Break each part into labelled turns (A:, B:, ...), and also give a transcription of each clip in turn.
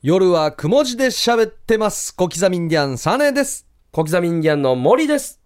A: 夜はくも字で喋ってます。小刻みインディアンサネです。
B: 小刻みインディアンの森です。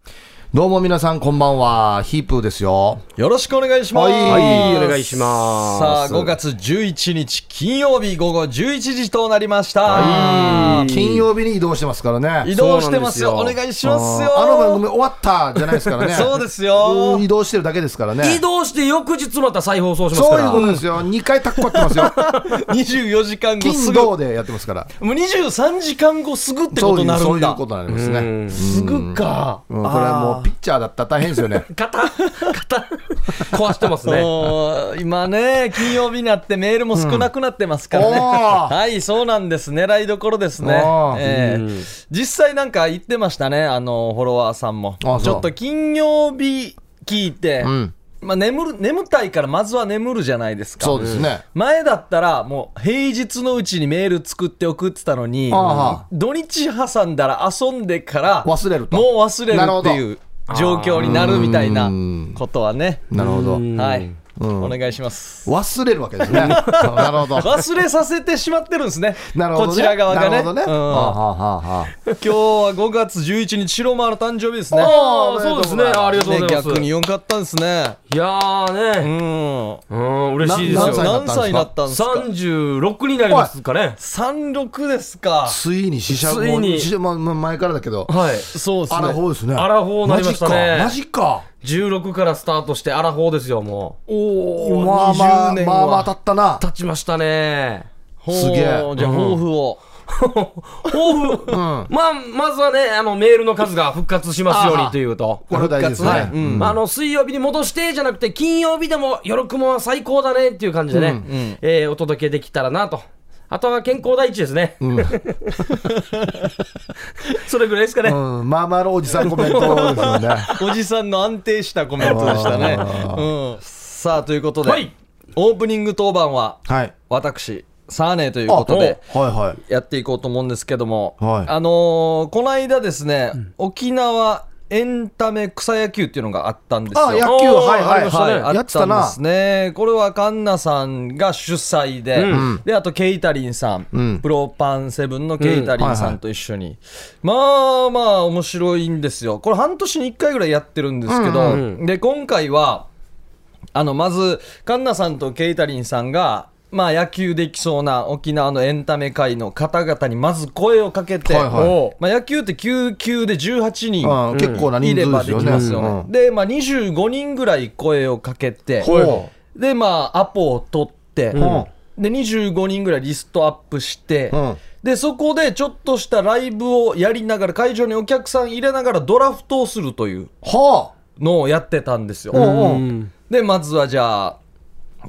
C: どうも皆さんこんばんは、ヒープーですよ。
A: よろしくお願いします。
B: はいはいお願いします
A: さあ、5月11日金曜日午後11時となりました。
C: 金曜日に移動してますからね。
A: 移動してますよ。
B: そう
A: お
B: なんですよ
A: 願いしますよ。
C: あの番組終わったじゃないですからね。
A: そうですよ
C: うん移動してるだけですからね。
B: 移動して翌日また再放送します
C: そ
B: か
C: ういう
B: ら。
C: ことですよ。2回タッコやって ますよ。
A: 24時間後す
C: 金
A: ぐ。も
C: 土でやってますから。
A: う23時間後すぐってこ
C: そう
A: と
C: い
A: にな
C: う、
A: る
C: そうんい
A: だ
C: うこ。とになりますね。うん
A: すぐか。
C: これはもうピッチャーだったら大変で すよね。
B: 肩、肩、壊してますね。
A: そう今ね、金曜日になってメールも少なくなってますからね。
C: うんおー
A: はい、そうなんです。狙いどころですね
C: おー。
A: ええ実際なんか言ってましたね、あの、フォロワーさんも。ち
C: あそう
A: ょっと金曜日聞いて、
C: うん。
A: まあ、眠る、眠たいからまずは眠るじゃないですか。
C: そうですね。
A: 前だったらもう平日のうちにメール作って送ってたのに
C: あーは
A: 土日挟んだら遊んでから
C: 忘れると
A: もう忘れるっていう状況になるみたいな
C: うん
A: ことはね
C: なるほど。
A: はい、お願いします。
C: 忘れるわけですね。なるほど。
A: 忘れさせてしまってるんですね。
C: なるほど、ね。
A: こちら側がね。
C: なるほどね。
A: うん
C: はあはあはあはあ
A: 今日は5月11日、白馬の誕生日ですね。
B: ああ、
C: おめでと
B: そうう
C: ご
B: で
C: ざ
B: す
C: い
B: ね。
C: ます
B: ありがとうございます。
A: ね逆に
B: い
A: よかったんですね。
B: やー
A: う
B: ね、
A: ん。
B: うん、嬉しいです
C: 何歳
B: よ。
C: な
A: 何歳になったんですか
B: 三十六になりますかね。
A: ?36 ですか。
C: ついに試写
B: ついに
C: もう試写まあまあ前からだけど、
B: はい。
A: そうです
C: アラフォ
A: ね。
C: ーですね。
B: アラフォーになりましたね
C: マジか。
B: 十六からスタートしてアラフォーですよ。もう
A: おお、
C: マジかまあまあ、
A: 20年
C: まあまあ
A: は。
C: 当たったな。
B: 経ちましたね。
A: ほう
C: すげえ
A: じゃあ、抱負を。
B: 抱負。
C: うん。
B: まあまずはね、あのメールの数が復活しますようにというと。
C: これ大事です
A: 復活
C: ね
A: ね。
C: うん
B: まあ、あの水曜日に戻してじゃなくて金曜日でも夜雲は最高だねっていう感じでね、えーお届けできたらなとあとは健康第一ですね、 それぐらいですかね、
C: うんまあまあのおじさんコメントですよね。
A: おじさんの安定したコメントでしたね。うん。さあ、ということで、
B: はい
A: オープニング当番は、
C: はい。
A: 私、サーネーということで、
C: あはいはい。
A: やっていこうと思うんですけども、
C: はい
A: あのーこの間ですね、沖縄エンタメ草野球っていうのがあったんですよ。
C: あ、野球、
B: おー
C: はい
B: あ
C: は
B: り
C: い
B: ました
C: は
B: ね
C: い。
A: あ
C: や
A: っ
C: ってた
A: たんで
C: な。
A: すね。これはカンナさんが主催で、
B: うん
A: で、あとケイタリンさん,、
C: うん
A: プロパンセブンのケイタリンさんと一緒に。まあまあ面白いんですよ。これ半年に1回ぐらいやってるんですけど、
B: うんうん
A: で、今回は、あの、まず、カンナさんとケイタリンさんが、まあ野球できそうな沖縄のエンタメ界の方々にまず声をかけて、
C: はいはい
A: おまあ野球って9球で18人
C: うん結構な人
A: いれ
C: 数
A: ば
C: です
A: で
C: よ
A: き
C: ね。
A: ますよね。
C: うん
A: で、まあ、25人ぐらい声をかけて、
C: ほ
A: で、まあ、アポを取って、
C: ん
A: で、25人ぐらいリストアップして、
C: うん
A: で、そこでちょっとしたライブをやりながら、会場にお客さん入れながらドラフトをするという
C: う。ほ
A: のをやってたんですよ。
C: う。おうおう。
B: ん
A: で、まずはじゃあ、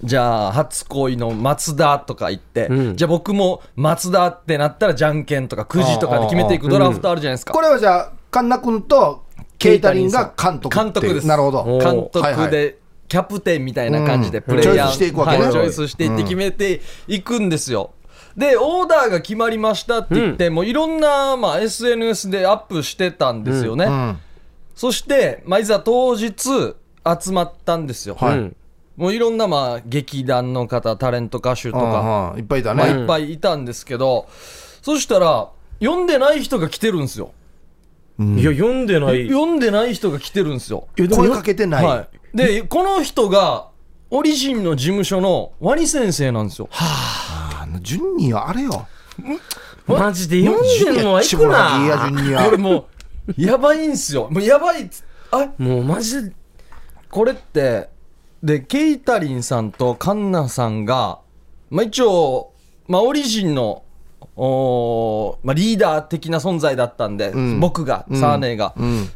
A: じゃあ、初恋の松田とか言って、
B: うん
A: じゃあ僕も松田ってなったら、じゃんけんとかくじとかで決めていくドラフトあるじゃないですか。
C: これはじゃあ、カンナ君とケイタリンが監督っていう。
A: 監督です
C: なるほど。
B: おー
A: 監
C: はいは
A: 督
C: い
A: でキャプテンみたいな感じで
C: うん
A: プレイヤー
C: チョイスしていくわけね
A: はいチョイスしていって決めていくんですよ。でオーダーが決まりましたって言って、もういろんな、まあ、SNS でアップしてたんですよね、
C: うん。
A: そして、まあ、いざ当日集まったんですよ、
C: はい
B: うん
A: もういろんな、まあ、劇団の方タレント歌手とか、
C: うんうんいっぱいいた
A: まあ、い
C: ね
A: っ。ぱいいたんですけど、そしたら読んでない人が来てるんですよ
B: いや読んでない
A: 読んでない人が来てるんですよ
C: 声かけてない。
A: はい、でこの人がオリジンの事務所のワニ先生なんですよ
C: あの、ジュニア、あれよ。
B: マジで読んでんのはい
C: ジ
B: く
C: ュニア、いや、
B: な
C: ジュニア
A: こ。れもうやばいんですよもうやばいっつあ
B: もうマジで
A: これってでケイタリンさんとカンナさんが、まあ、一応、まあ、オリジンのおーまあ、リーダー的な存在だったんで、
C: ん
A: 僕が、サーネーが、
C: うん。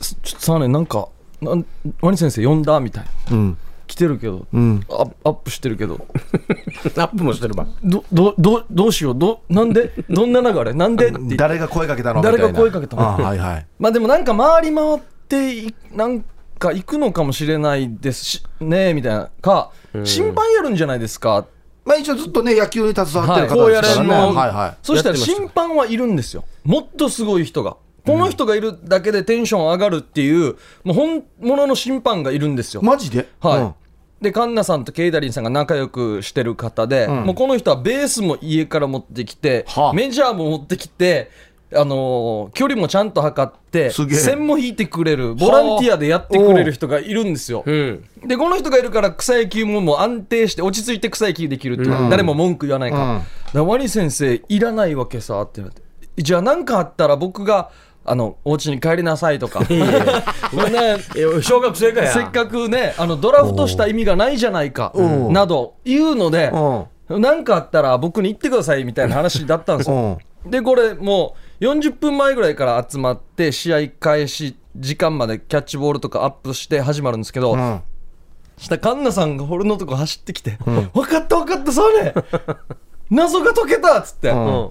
A: ちょサーネーなんかなんワニ先生呼んだみたいな
C: うん。
A: 来てるけど、
C: うん。
A: アッアップしてるけど
B: アップもしてるば
A: どどどどうしようどなんでどんな流れなんでって言って
C: 誰が声かけたの
A: 誰が
C: みたい
A: 声
C: な
A: かけたの
C: あはいはい
A: まあでもなんか回り回っていなんか行くのかもしれないですしねみたいなか心配やるんじゃないですか
C: まあ一応ずっとね野球に携わってる
A: こ
C: 方
A: う
C: で
A: や
C: す
A: れ
C: から
A: ん
C: ね、
A: の、
C: はい、は
A: そしたら
B: やってました
A: 審判はいるんですよもっとすごい人がこの人がいるだけでテンション上がるっていうもう本物の審判がいるんですよ
C: いマジで
A: はい、でカンナさんとケイダリンさんが仲良くしてる方で、もうこの人はベースも家から持ってきて、
D: はあ
A: メジャーも持ってきて、あのー距離もちゃんと測って
D: すげえ
A: 線も引いてくれるボランティアでやってくれる人がいるんですよ。
B: うん。
A: でこの人がいるから草野球ももう安定して落ち着いて草野球できるって、誰も文句言わないから,、
C: うん
A: だからワニ先生いらないわけさってなってじゃあ何かあったら僕があのお家に帰りなさいとかね
B: え小学生かや。
A: せっかくねあのドラフトした意味がないじゃないか
C: うん
A: など言うので
C: うん
A: 何かあったら僕に言ってくださいみたいな話だったんです
C: う
A: よ
C: ん
A: でこれもう40分前ぐらいから集まって試合開始時間までキャッチボールとかアップして始まるんですけど、
C: うん
A: したらカンナさんが俺のとこ走ってきて「分かった分かったそ れ謎が解けた!」っつって、
C: うん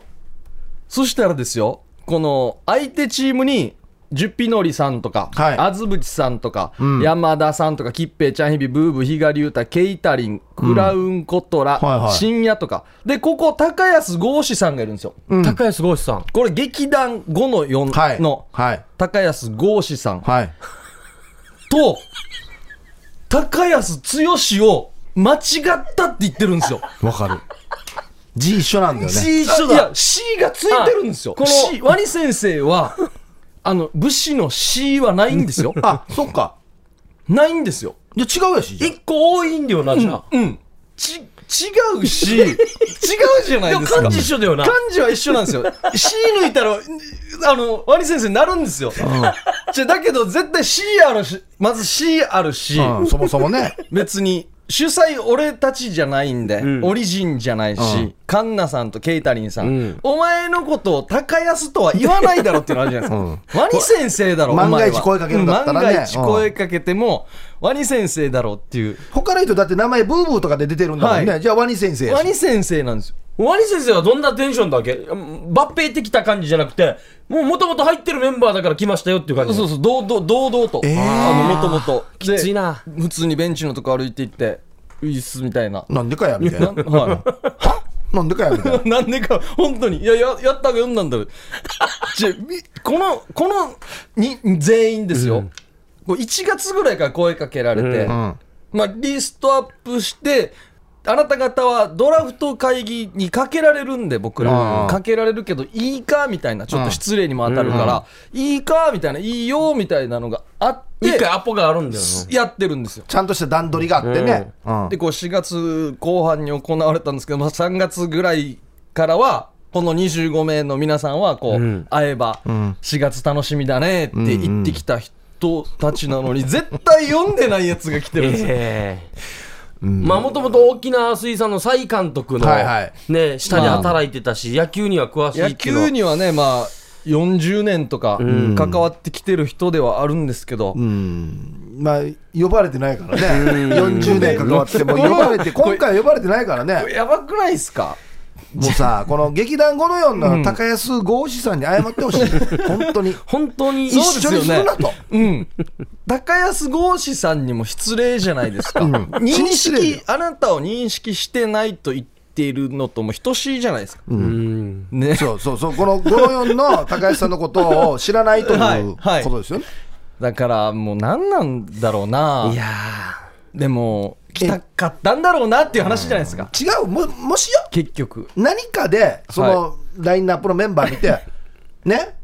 A: そしたらですよこの相手チームにジュッピノリさんとか、
C: はい
A: あずぶちさんとか、
C: ん
A: 山田さんとか、きっぺいちゃんひび、ブーブー、ひがりゅうた、ケイタリン、クラウンコトラ、
C: はいはい
A: 深夜とか、で、ここ、高安剛志さんがいるんですよ。
B: 高安剛志さん。
A: これ、劇団5の
C: は
A: 4
C: い
A: の
C: はい
A: 高安剛志さん
C: はい
A: と、高安剛を間違ったって言ってるん ですよ。
C: わかる字一緒なんだよね
A: C 一緒だいや C がついてるんですよ
B: この
A: C ワニ先生はあの武士の C はないんです よ
C: あそっか
A: ないんですよ
C: じゃあ違うやしじゃあ
B: 一個多いんだよな、じゃあ。
A: うんち違うし違うじゃない
B: でも
A: ですか
B: 漢字一緒だよな
A: 漢。字は一緒なんですよ C 抜いたらあのワニ先生になるんですよ、じゃだけど絶対 C あるしまず C あるし、
C: うん、そもそもね。
A: 別に主催俺たちじゃないんで、オリジンじゃないし、
C: うん
A: カンナさんとケイタリンさん、
B: ん
A: お前のことを高安とは言わないだろっていうのあるじゃないですか、 ワニ先生だろお前は
C: 万が一声かけるんだったらね
A: うん万が一声かけても、ワニ先生だろっていう
C: 他の人だって名前ブーブーとかで出てるんだもんね。
A: は
C: じゃあワニ先生やし
A: ワニ先生なんですよ
B: ワニ先生はどんなテンションだっけうん抜兵的た感じじゃなくて、もう元々入ってるメンバーだから来ましたよっていう感じ。
A: そうそう堂々堂々と、
C: えー
A: あのもともと
B: きついな
A: で普通にベンチのとこ歩いていってウイスみたいな
C: なんでかやみたい
A: な
C: な。
A: はい
C: なんでかやみたいな。
A: なんでか、本当に。いや、や、やったが読んだんだろう。ちょみこの、この、に、全員ですよ。こう1月ぐらいから声かけられて、
C: ん
A: まあ、リストアップして、あなた方はドラフト会議にかけられるんで、僕ら。
C: うん
A: かけられるけど、いいかみたいな、ちょっと失礼にも当たるから、いいかみたいな、いいよみたいなのがあっ
B: 一回
A: て、
B: アポがあるんだよ
A: やってるんですよ。
C: ちゃんとした段取りがあってね。うん
A: でこう4月後半に行われたんですけど、まあ、3月ぐらいからはこの25名の皆さんはこう、
B: うん
A: 会えば
C: ん
A: 4月楽しみだねって言ってきた人たちなのに絶対読んでないやつが来てるん ですよ。
B: ええまあもともと沖縄水産の蔡監督の、
C: はいはい
B: ね、下で働いてたし、野球には詳しい
A: 野
B: っていうのは
A: 球にはね、まあ、40年とか関わってきてる人ではあるんですけど、
C: まあ、呼ばれてないからね。40年関わっても、呼ばれて、今回呼ばれてないからね。
A: やばくないですか
C: もう さ、この劇団5の4の高安剛志さんに謝っ てほしい。本当に。
B: 本当に
C: 一
A: うです
C: 緒にするなと。
A: うん、高安剛志さんにも失礼じゃないですか、認
C: 失礼だ
A: 識
C: よ
A: あなたを認識してないと言っているのとも等しいじゃないですか、
B: うん
A: ね
C: そうそうそう。この5の4の高安さんのことを知らないという
A: はい
C: ことですよね。
A: だからもう何なんだろうない
B: や
A: でも来たかったんだろうなっていう話じゃないですか
C: 違う。も、もしよ。
A: 結局
C: 何かでそのラインナップのメンバー見て、 ね、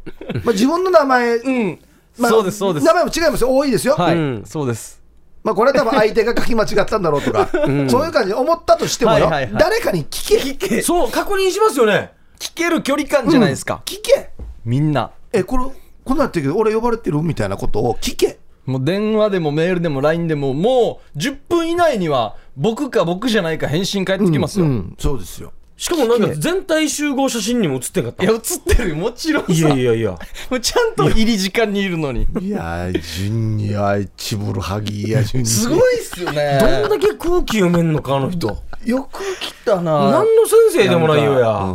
C: まあ、自分の名前、
A: うん、
C: まあ
A: そうですそうです
C: 名前も違いますよ、多いですよ、
A: はい、
B: うん
A: そうです
C: まあ、これは多分相手が書き間違ったんだろう とか、そういう感じで思ったとしてもよ、
A: はいはいはい
C: 誰かに聞け、
A: 聞け
B: ーそう確認しますよね
A: 聞ける距離感じゃないですか、
C: 聞け、
A: みんな
C: え、これ、こんなんやってるけど、俺呼ばれてるみたいなことを聞け、
A: もう電話でもメールでも LINE でももう10分以内には僕か僕じゃないか返信返ってきますよ、
C: うん、そうですよ、
B: しかもなんか全体集合写真にも写ってんかった
A: いや映ってるよもちろんさ
B: いやいやいや
A: もうちゃんと入り時間にいるのに
C: いやー、ジュニア、チブルハギや、ジュニ ア、
A: すごいっすよね
B: どんだけ空気読めんのかあの人
A: よく来たな
B: 何の先生でもないよや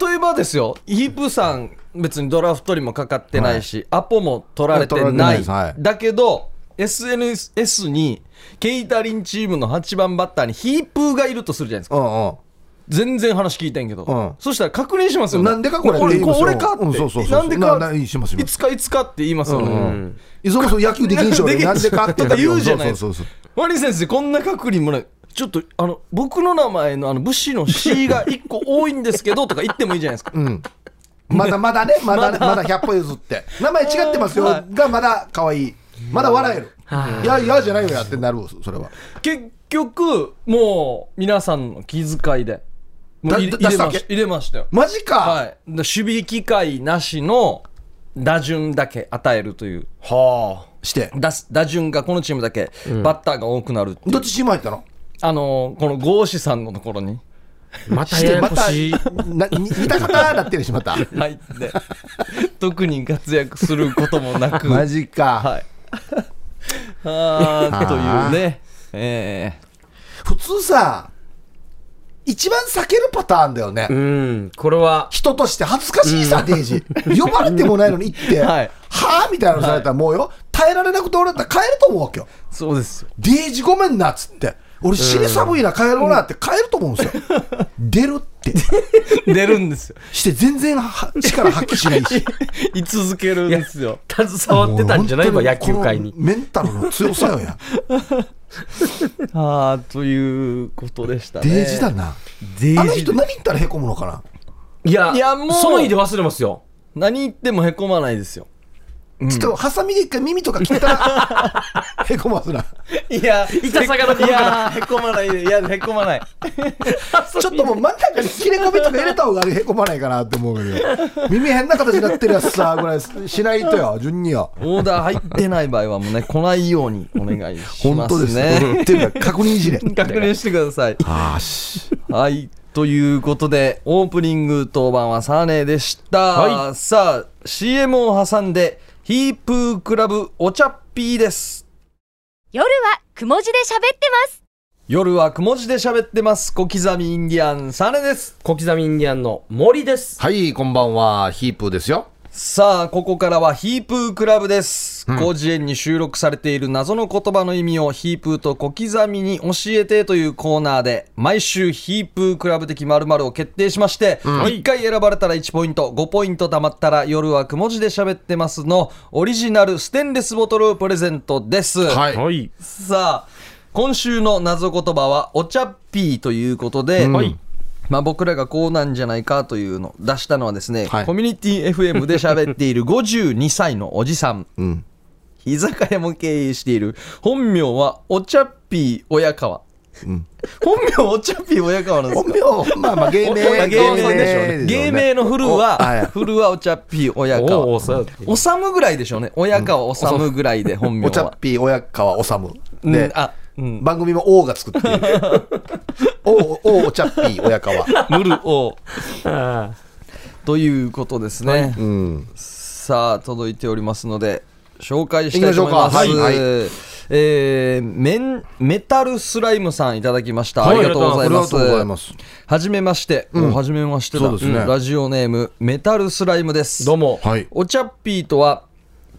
A: 例えばですよ、ヒープさん、別にドラフトにもかかってないし、アポも取られて
C: 取られて
A: な
C: ない
A: い、
C: ですはい
A: だけど、SNS にケイタリンチームの8番バッターにヒープーがいるとするじゃないですか、
C: うんうん、
A: 全然話聞いてんけど、
C: うん
A: そしたら確認しますよね
C: なんでかこれ
A: 俺
C: 言いますよ
A: 俺かって、
C: うんそうそうそう
A: なんでか
C: なないしますします
A: いつかいつかって言いますよね、
C: うん
A: うん
C: いそもそも野球できんしょ
A: できんし
C: なんでかって
A: とか言うじゃない
C: そうそうそう
A: ワニ先生こんな確認もないちょっとあの僕の名前のあの武士の C が1個多いんですけどとか言ってもいいじゃないですか
C: そううんまだま だねまだねまだ100歩譲って名前違ってますよ
A: は
C: がまだ可愛いまだ笑えるいやいやじゃないよやってなるわそれは
A: 結局もう皆さんの気遣いでもう入れ
C: だ
A: 入れ
C: 出した
A: ま
C: っけ
A: し入れましたよ
C: マジか
A: はい、で守備機会なしの打順だけ与えるという
C: はあして
A: 打す打順がこのチームだけバッターが多くなるっていう、
C: どっちチーム入ったの
A: あのーこの郷士さんのところに
B: また
C: して
B: や
C: ま
B: やこ
C: た
B: しい。
C: なに似た方なってるしまた
A: 入って特に活躍することもな く
C: マジか
A: はいあーというねええ
C: 普通さ一番避けるパターンだよね
B: うん、これは、
C: 人として恥ずかしいさ、デイジ。呼ばれてもないのに行 って、
A: はい
C: はぁみたいなのされたらもうよ、耐えられなくて俺だったら帰ると思うわけよ。
A: そうですよ
C: デイジごめんなっつって。俺死に寒いな、帰ろうなって帰ると思うん ですよ。出るって。
A: 出るん ですよ
C: して全然は力発揮しない し。
A: 居続けるんですよ
B: 携わってたんじゃないわ、
C: もう
B: 野
C: 本当
B: 球界に
C: こ。のメンタルの強 さよや。
A: ああということでしたね
C: デイジだな。
A: デ
C: あの
A: ージ
C: 人何言ったらへこむのかな。
B: いや、
A: いやもう
B: その日で忘れますよ。
A: 何言ってもへこまないですよ
C: ちょっとハサミで一回耳とか切ったら、 へこますな。
A: いや
B: 痛さが残るから
A: いやーへこまないでいやへこまない
C: ちょっともう真ん中に切れ込みとか入れた方があれへこまないかなって思うけど、耳変な形になってるやつさ、ぐらいしないとよ、順によ。
A: オーダー入ってない場合はもうね来ないようにお願いしますね
C: 本当ですね。っていうか、確認事例。
A: 確認してください
C: あし。
A: はい。ということで、オープニング当番はサーネでした。
B: は
A: さあ、CM を挟んで、ヒープークラブお茶っぴーです。
E: 夜はくも字で喋ってます。
A: 夜はくも字で喋ってます。小刻みインディアン、サーネです。
B: 小刻みインディアンの森です。
F: はい、こんばんは、ヒープーですよ。
A: さあ、ここからはヒープークラブです。広辞苑に収録されている謎の言葉の意味をヒープーと小刻みに教えてというコーナーで、毎週ヒープークラブ的〇〇を決定しまして、1回選ばれたら1ポイント、5ポイント貯まったら夜はくも字で喋ってますのオリジナルステンレスボトルをプレゼントです。
F: はい。
B: い。
A: さあ、今週の謎言葉はお茶っぴーということで、
B: はい
A: まあ、僕らがこうなんじゃないかというのを出したのはですね、
F: はい
A: コミュニティ FM で喋っている52歳のおじさん、
F: ん
A: 居酒屋も経営している本名はお茶っぴー親川、本名お茶っぴー親川なんです
C: 本
A: か
C: 名、まあまあ、芸名。
A: まあ芸名でしょうね芸名のフル
C: おはい
A: はフルはお茶っぴー親
B: お
A: 川
B: お、そうやって
A: おさむぐらいでしょうね親川おさむぐらいで本名
C: お
A: は
C: 茶っぴー、親川治。
A: うん
C: で、
A: あ、うん、
C: 番組も王が作ってる。王、王お茶っぴー、親川。
A: ムルオ
B: あ
A: ということですね、
F: うん。
A: さあ届いておりますので紹介したいと思います、
F: 行きましょうかはい
A: えーメンメタルスライムさんいただきました、
B: はい
A: ありがとうございます
F: ありがとうございます
A: はじめまして、おはじめましてだ
F: そうですね
A: んラジオネームメタルスライムです
B: ーどうも。
F: はい。
A: お茶っぴーとは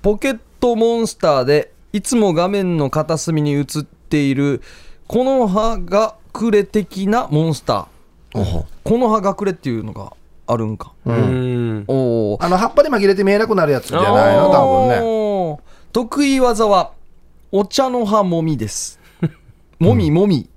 A: ポケットモンスターでいつも画面の片隅に映っているこの葉がくれ的なモンスターこの葉がくれっていうのがあるんか、
B: うーん。
A: おお
C: あの、葉っぱで紛れて見えなくなるやつじゃないの、多分ね。
A: おー得意技はお茶の葉もみです。もみもみ。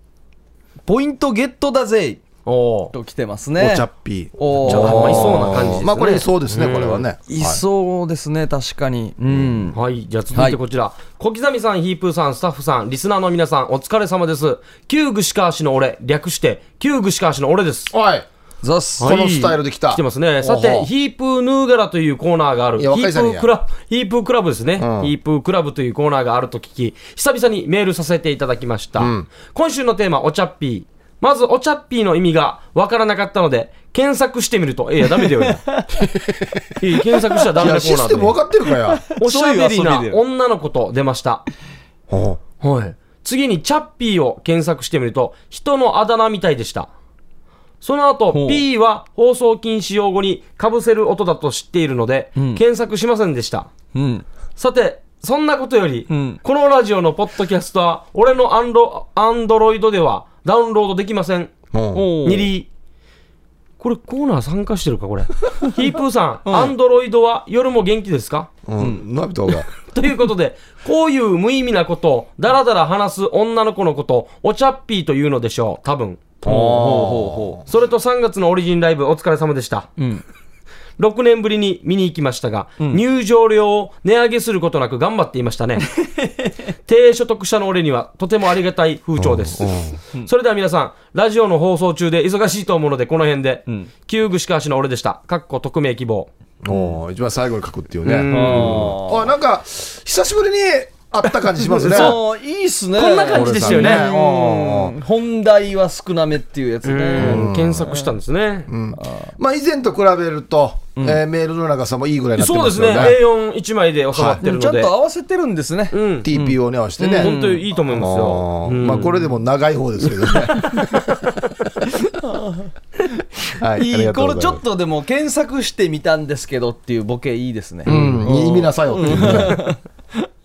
A: ポイントゲットだぜ
B: おお。
A: と来てますね。
C: お茶っぴー。
A: おー
B: 茶葉あんまいそうな感じですね
C: まあ、これいそうですね、これはね。
A: いそうですね、確かに。うん。
B: はい。じゃあ続いてこちら。小刻みさん、ヒープーさん、スタッフさん、リスナーの皆さん、お疲れ様です。旧具しかしの俺、略して、旧具しかしの俺です。
F: はい。
A: ザス。
F: このスタイルで来た。
B: 来てますね。さ
F: お
B: て、
F: ほ
B: ヒープーヌーガラというコーナーがある。
F: い
B: ヒ
F: や若
B: ー
F: い
B: プ
F: さんや
B: ークラブ、ヒープークラブですね、ヒープークラブというコーナーがあると聞き、久々にメールさせていただきました。今週のテーマ、お茶っぴー。まず、お茶っぴーの意味がわからなかったので、検索してみると、えいや、ダメだよ。 いやいや検索したらダ
C: い
B: メな
C: や、
B: コー
C: シ
B: ナ
C: ス
B: ーで
C: テム分かってるかや。
B: おしゃべりな
A: そういう遊びで
B: 女の子と出ました。
C: お
B: はい。次にチャッピーを検索してみると、人のあだ名みたいでした。その
A: ほ
B: 後、
A: う
B: P は放送禁止用語に被せる音だと知っているので、検索しませんでした。
A: うん。
B: さて、そんなことより、
A: ん
B: このラジオのポッドキャストは、俺のアンロアンドロイドではダウンロードできません。
F: うん
A: おー
B: ニリー。これコーナー参加してる かこれヒープーさん、アンドロイドは夜も元気ですか
C: うん。ナビトが。
B: ということで、こういう無意味なことを、だらだら話す女の子のこと、おちゃっぴーというのでしょう、多分。
A: ほうほうほ
B: それと3月のオリジンライブ、お疲れ様でした。
A: う。うん。
B: 6年ぶりに見に行きましたが、入場料を値上げすることなく頑張っていま したね。低所得者の俺にはとてもありがたい風潮です。それでは皆さん、ラジオの放送中で忙しいと思うので、この辺で、旧具しかしの俺でした。かっこ匿名希望。
C: おー一番最後に書くっていうね。うんあ、なんか、久しぶりに会った感じしますね。
A: そう、いいっすね。
B: こんな感じですよ
C: 俺
B: ね
C: さ。ん
A: うん本題は少なめっていうやつね。
B: うん検索したんですね。
C: まあ以前と比べると、えーメールの長さもいいぐらいになって
B: そう
C: ま
B: ですす
C: よ
B: ね。
C: ね。
B: A41 枚で収まってる
A: ちゃ
B: の
A: ん
B: で。
A: と合わせてるんですね。
B: うん。
C: TPO に合わせてね。
B: 本当にいいと思いますよ。
C: うんまあこれでも長い方ですけどね。 はい あり
A: い、
C: がと
A: こ
C: うござ
A: れちょ
C: ま
A: っ
C: す
A: とでも検索してみたんですけどっていうボケいいですね。
C: うん、いい意味なさいよっていうね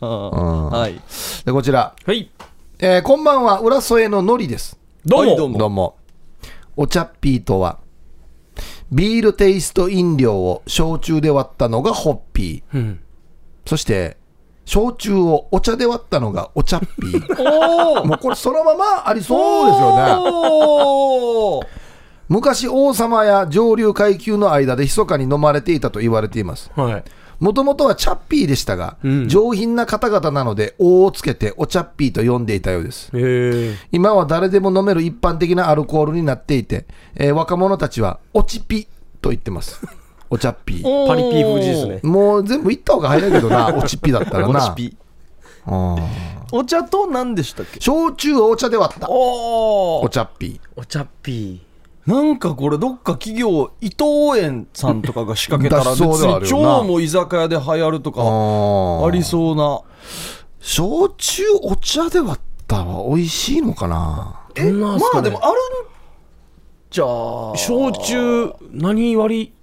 A: うん
C: ん
A: はい。
C: で、こちら。
B: はい。
C: えーこんばんは、浦添ののりです。
B: どうも。
A: はいどうも
C: どうも。お茶っぴーとは、ビールテイスト飲料を焼酎で割ったのがホッピー。
B: ん
C: そして、焼酎をお茶で割ったのがお茶っぴー。
A: おー
C: もうこれそのままありそうですよね。
A: おー
C: 昔王様や上流階級の間で密かに飲まれていたと言われています。
B: はい。
C: もともとはチャッピーでしたが、上品な方々なので、王をつけておチャッピーと呼んでいたようです。
B: へー
C: 今は誰でも飲める一般的なアルコールになっていて、えー若者たちは、おちぴと言って ます。おチャッピー。
B: パリピー風字ですね。
C: もう全部言った方が早いけど な、おちぴだったら
A: お
C: な
A: 茶。ピ
C: うん
A: お茶と何でしたっけ
C: 焼酎をお茶で割った。
A: お
C: お
A: ー
C: チャッピ
B: お茶っぴ
A: なんかこれどっか企業伊藤園さんとかが仕掛けたら
C: だ
A: 別
C: そうではあ
A: に
C: るよな
A: 超も居酒屋で流行ると
C: ー。
A: か
C: あ
A: ありそうな
C: 焼酎お茶で割ったは美味しいのかな
B: え、ま
A: まあでもあるんじゃあ
B: 焼酎、何割、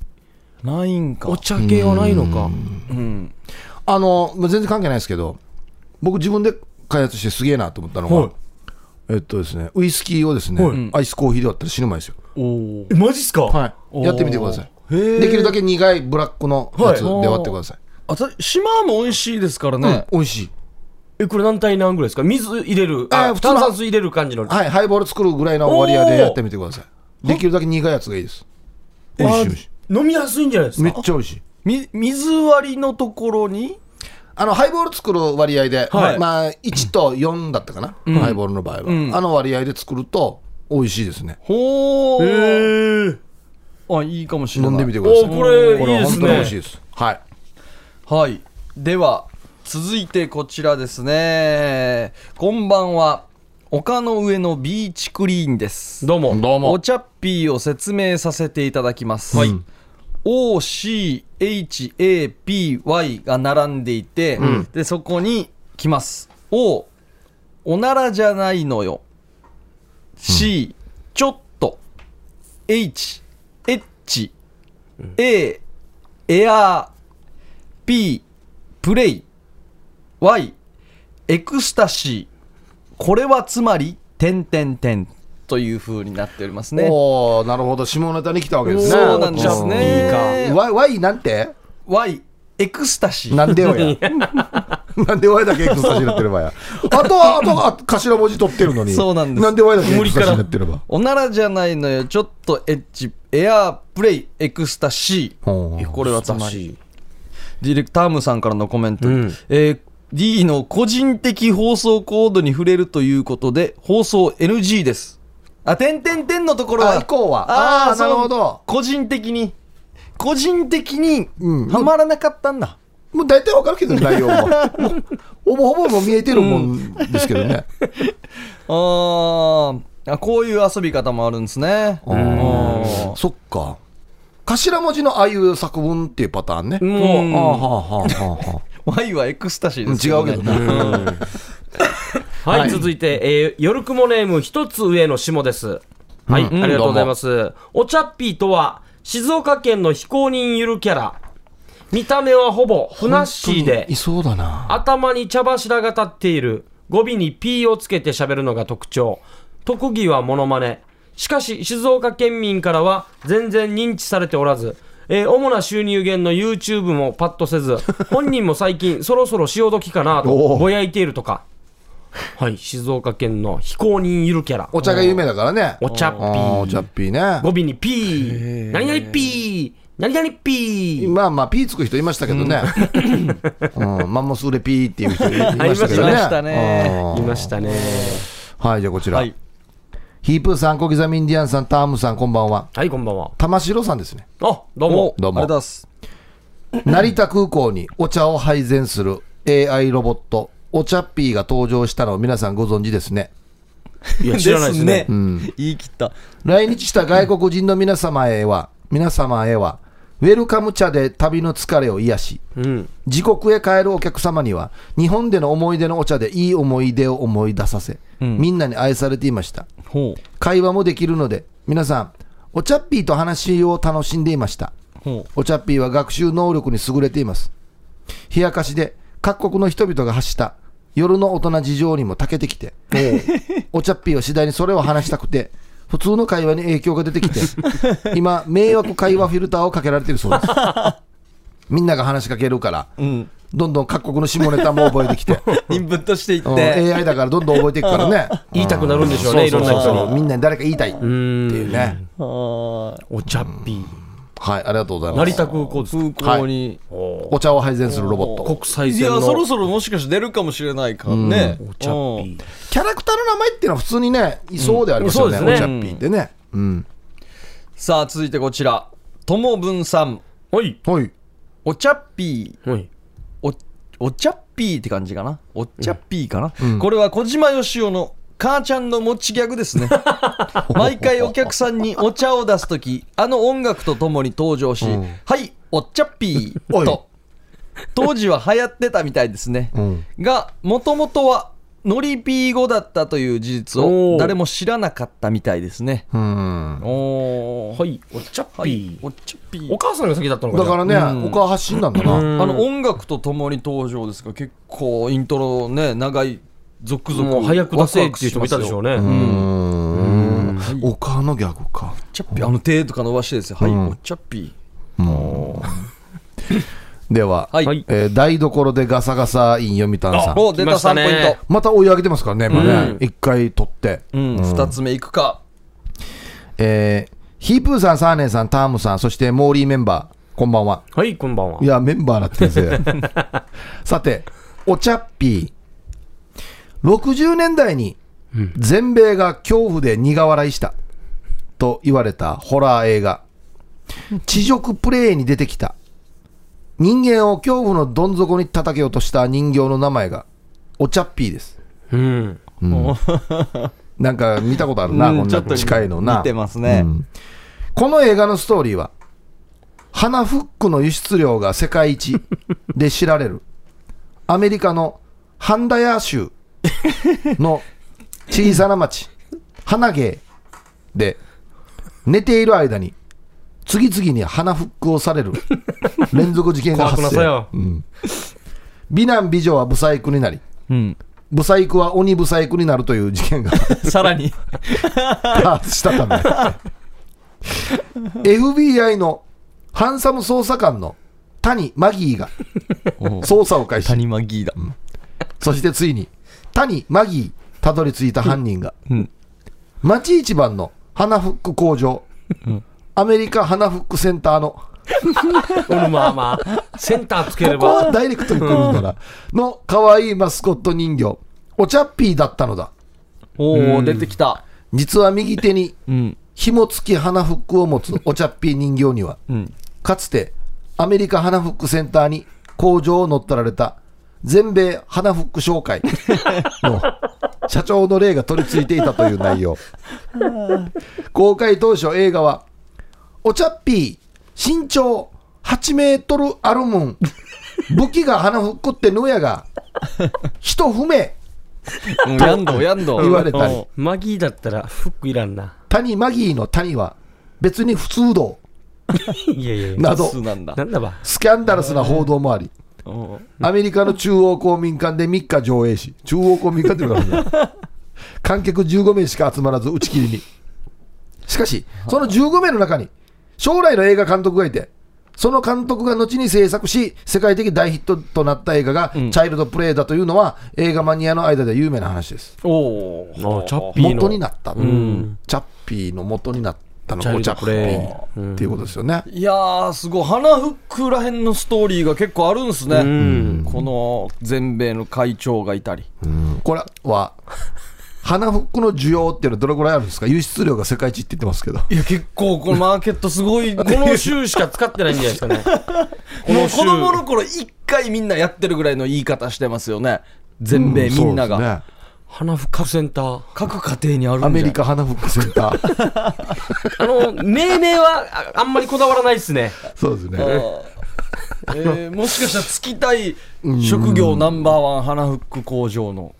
A: ないんか
B: お茶系はないのか。
A: うん
C: あの、まあ全然関係ないですけど、僕自分で開発してすげえなと思ったのが、
B: はい
C: えっとですね、ウイスキーをですね、
B: はい
C: アイスコーヒーで割ったら死ぬまいですよ。
A: お
B: え、マジっすか
C: やってみてください。
A: へー
C: できるだけ苦いブラックのやつで
A: はい
C: 割ってください。
A: あた島も美味しいですから
C: うん
A: ね
C: 美味しい。
B: え、これ何対何ぐらいですか水入れる、
C: え
B: あ
C: ー普通の
B: 炭酸水入れる感じの。
C: はい、ハイボール作るぐらいの割合でやってみてください。できるだけ苦いやつがいいです。美味しい美味し
B: 飲みやすいんじゃないです
C: い。めっ
B: か
C: ちゃ美味しい。
A: み水割りのところに
C: あのハイボール作る割合で、
A: はい
C: まあ1と4だったかな、ハイボールの場合は、あの割合で作ると美味しいですね。
A: ほ
B: へ
A: ー
B: ー
A: あいいかもしれな
C: 飲
A: い
C: んでみてください。
B: おこれ、い
C: これ
B: いで
C: は本
B: す
C: 当に美味しい
B: ね。
C: です。はい。
A: はい。では、続いてこちらですね。こんばんは。丘の上のビーチクリーンです。
B: どうも。どう
A: お。茶っぴーを説明させていただきます。
B: はい
A: OCHAPY が並んでいて、で、そこに来ます。O、おならじゃないのよ。C、ちょっと。H、エッチ。A、エアー。P、プレイ。Y、エクスタシー。これはつまり、点点点という風になっておりますね。
C: おおなるほど下ネタに来たわけですね
A: そうなんですね。
C: うんわ Y なんて
A: Y、エクスタシー。
C: なん でよやなんで Y だけエクスタシーになってればやあとはあとは頭文字取ってるのに
A: そうなんです
C: なんで Y だけエクスタシーになってれば
A: おならじゃないのよ。ちょっとエッチ、エアー、プレイ、エクスタシー。
C: ほう
A: これはつまり。ディレクタームさんからのコメント。えー D の個人的放送コードに触れるということで、放送 NG です。あ、点点点のところは。
C: あ以降はあー
A: そう
C: なるほど
A: 個人的に。個人的に、
C: うん
A: はまらなかったんだ。
C: もう大体わかるけどね内容もも うほぼほぼもう見えてるもんですけどね、
A: あーあ、こういう遊び方もあるんですね。
C: あーそっか頭文字のああいう作文っていうパターンね、
B: もう、
C: あーはあはあはあはあ
A: Y はエクスタシーで
C: うん違う
A: すよ
C: けどね
B: はい、
C: はい
B: 続いて、えー、よるくもネーム一つ上の下です。はい、
C: うん
B: ありがとうございます。おちゃっぴーとは、静岡県の非公認ゆるキャラ。見た目はほぼ、ふなっしーで
C: い、そうだな
B: 頭に茶柱が立っている、語尾に P をつけて喋るのが特徴。特技はモノマネ。しかし、静岡県民からは全然認知されておらず、えー主な収入源の YouTube もパッと せず、本人も最近、そろそろ潮時かなとぼやいているとか、はい、静岡県の非公認ゆるキャラ、
C: お茶が有名だからね。
B: お茶っぴ
C: あーお
B: ー、
C: 茶っぴー
B: 語
C: ね。
B: 尾にピー、何々ピー、何々ピー、
C: まあまあ、ピーつく人いましたけどね。うん、マンモス売れピーっていう人いましたけ どね。
A: いましたね
C: う
B: い
C: ん
B: ましたね。
C: はい、じゃあこちら。
A: はい
C: ヒープーさん、小刻みインディアンさん、タームさん、こんばんは。
B: はい、こんばんは。
C: 玉城さんで すね。
B: あ、どうも。
C: どうも
A: ありがとうございます
C: 成田空港にお茶を配膳する AI ロボット、お茶っぴーが登場したのを皆さんご存知ですね。
B: いや、知らないですね。
A: 言い切った
C: 来日した外国人の皆様へは、皆様へは、ウェルカム茶で旅の疲れを癒し、
B: うん。
C: 自国へ帰るお客様には、日本での思い出のお茶でいい思い出を思い出させ、みんなに愛されていました。
A: ほ
C: 会話もできるので、皆さん、お茶っぴーと話を楽しんでいました。
A: うほ
C: お茶っぴーは学習能力に優れています。冷やかしで各国の人々が発した夜の大人事情にも長けてきて、お茶っぴーは次第にそれを話したくて、普通の会話に影響が出て きて、今、迷惑会話フィルターをかけられているそうです。みんなが話しかけるから、
A: ううん
C: どんどん各国の下ネタも覚えてき て、
A: インプットしていっ
C: うん
A: て
C: AI だからどんどん覚えていくから ね。
B: 言いたくなるんでしょうね、い
C: そ
B: ろ
C: うん
B: な
C: そうそう
B: 人に。
C: みんなに誰か言いたいってい
B: うー。
C: うんね。
A: あー
B: お茶っぴー。
C: はい、ありがとうございま
B: 成
C: す。
B: 田空港ですか。
A: 空港に
C: お茶を配膳するロボット。
B: 国際
A: い
B: 線
A: や
B: の。
A: そろそろもしかして出るかもしれないからね
B: お茶っぴー。
C: キャラクターの名前っていうのは普通にね、いそうでありますよね、
B: うんそう
C: お
B: です
C: ちゃ
B: ね
C: っぴーってね。うん。
A: さあ続いてこちらともぶんさん
B: はい。
C: はい。
A: お茶っぴー
B: はい。
A: おお茶っぴーって感じかなお茶っぴーかな、これは小島よしおの母ちゃんの持ちギャグですね毎回お客さんにお茶を出す時あの音楽とともに登場し「はいお茶っぴ
C: お
A: ー」
C: い
A: と当時は流行ってたみたいですね、
C: ん
A: がもともとはノリピー語だったという事実
B: お
A: を
B: ー
A: 誰も知らなかったみたいですね
C: うん。
A: おー
B: はい。お茶っぴ
A: はい
B: ー。
A: お茶っぴー
B: お母さんが先だったのか
C: だから
B: ね。
C: ね、他は発信なんだな。
A: あの音楽とともに登場ですが結構イントロね長い続々
B: もう早く出せっていう人もいたでしょう
A: ね
B: ね。
C: う
B: うん
C: ん。おかのギャグか。
A: チャッピーあの手とか伸ばしてですよはい、
C: うん
A: おチャッピ
C: では、
A: ーはい、
B: はい
C: えー台所でガサガサイン読谷さん。
A: お出
B: 来
A: た
B: ました
A: 3
B: ね
A: ポイン
C: また追い上げてますからね、今
B: う
C: ね
B: ん。
C: 一回取って。
A: ト、うん2つ目いくか
C: えーヒープーさん、サーネンさん、タームさん、そしてモーリーメンバー、こんばんは。。
B: はい、こんばんはい
C: や、メンバーなってるぜ。 さて、お茶っぴー。60年代に全米が恐怖で苦笑いしたと言われたホラー映画。地獄プレイに出てきた。人間を恐怖のどん底に叩けようとした人形の名前がお茶っぴーです。
B: うん。
C: なんか見たことあるな、
A: うん
C: こん
A: ち
C: な
A: ょっと
C: 近いのな。
A: 似てますね
C: うんこの映画のストーリーは、花フックの輸出量が世界一で知られる、アメリカのハンダヤー州の小さな町、花芸で、寝ている間に、次々に花フックをされる連続事件が
B: 怖く
C: 発
B: な
C: 生
B: さよ。。
C: 美男美女はブサイクになり、
A: うん
C: ブサイクは鬼ブサイクになるという事件が
A: さらに
C: 多発したため FBI のハンサム捜査官の谷マギーが捜査を開始
A: 谷間ギーだ、
C: そしてついに谷マギーたどり着いた犯人が、
A: うん
C: 町一番の花フック工場、アメリカ花フックセンターの
B: うん、まあまあ。センターつけ
C: こ
B: れ
C: こは
B: ば。
C: ダイレクトに来るんだなの可愛いマスコット人形お茶っぴーだったのだ
A: おお出てきた
C: 実は右手に
A: うん
C: 紐付き花フックを持つお茶っぴー人形には
A: うん
C: かつてアメリカ花フックセンターに工場を乗っ取られた全米花フック商会 の社長の霊が取り付いていたという内容公開当初映画はお茶っぴー身長8メートルあるもん武器が花フックってのやが人不明
A: うんやんどやんど
C: 言われたり
A: うん
B: マギーだったらフックいらんな。
C: 谷マギーの谷は別に普通道
B: いやいやいや。
C: など
A: そうなんだ
B: なんだば。
C: スキャンダラスな報道もあり
A: うん
C: アメリカの中央公民館で3日上映し、 中央公民館っていうのがあるんだ観客15名しか集まらず打ち切りに。しかし、その15名の中に、将来の映画監督がいて、その監督が後に制作し、世界的大ヒットとなった映画が、チャイルドプレイだというのは、映画マニアの間では有名な話です。
A: おお
B: あチャッピーの
C: 元になった、
B: ん
C: チャッピーの元になったの
B: チャイ
C: が、
B: ル
C: チ
B: ド
C: ャッ
B: プ
C: ピ
B: レイ
C: ーっていうことですよね。
A: いやーすごい花フックらへんのストーリーが結構あるんですね、
B: ん
A: この全米の会長がいたり
C: これは、花服の需要っていうのはどれぐらいあるんですか輸出量が世界一って言ってますけど。
A: いや結構このマーケットすごいこ
B: こ
A: の
B: の週しか使ってないんじゃないですかね。 こ
A: もう
B: の週
A: 子供の頃一回みんなやってるぐらいの言い方してますよね全米みんなが、
C: そうですね
B: 花深センター。
A: 各家庭にあるんじゃ
C: ア
A: ない
C: メリカ花服センター。
B: あの、命名はああんまりこだわらないですね。
C: そうですね。
A: あーえーもしかしたらつきたい職業ナンバーワン花フック工場の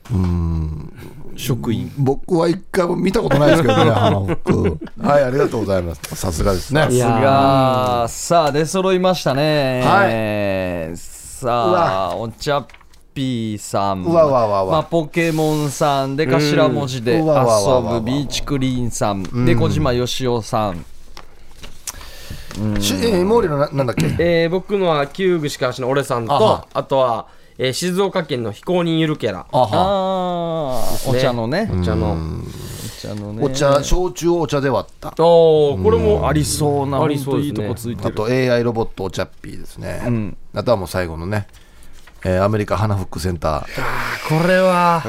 A: 職員
C: 僕は一回も見たことないです けどね、花服。はい、ありがとうございます。さすがですね。
B: いや
A: がさあ出揃いましたね、
C: はい
A: えーさあお茶っぴーさん
C: うわうわうわうわ
A: まあ、ポケモンさんで頭文字で遊
C: う
A: ぶ
C: んうわうわうわうわ
A: ビーチクリーンさんで小島よしおさん、
C: しえー毛利のななんだっけ
B: えー僕のは旧具しかしの俺さんと、
C: あは
B: あとは、えー静岡県の非公認ゆるキャラ。
C: あは
A: ああお茶のね
B: お茶
A: お
B: の。
A: 茶のね
C: お茶、焼酎をお茶で割った。
B: おーこれも
A: ありそうな
B: あ
A: 本
B: り
A: 当
B: そう
A: いい
B: です
A: と
B: ね
A: こついて
C: あ
A: る
C: と AI ロボットお茶っぴーですね、あとはもう最後のね、えーアメリカ花フックセンタ
B: これは、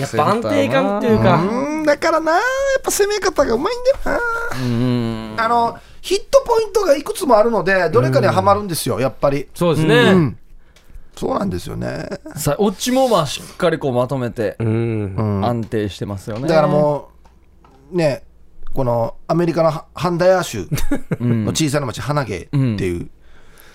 B: やっぱ安定感っていう
C: ー
B: か、
C: うんだからなやっぱ攻め方がうまいんだよなあのヒットポイントがいくつもあるのでどれかにはまるんですよやっぱり
B: そうですね。
C: そうなんですよね
A: さあオチもまあしっかりこうまとめて
B: うん。
A: 安定してますよね
C: だからもうねこのアメリカのハハンダヤー州の小さな町花毛っていう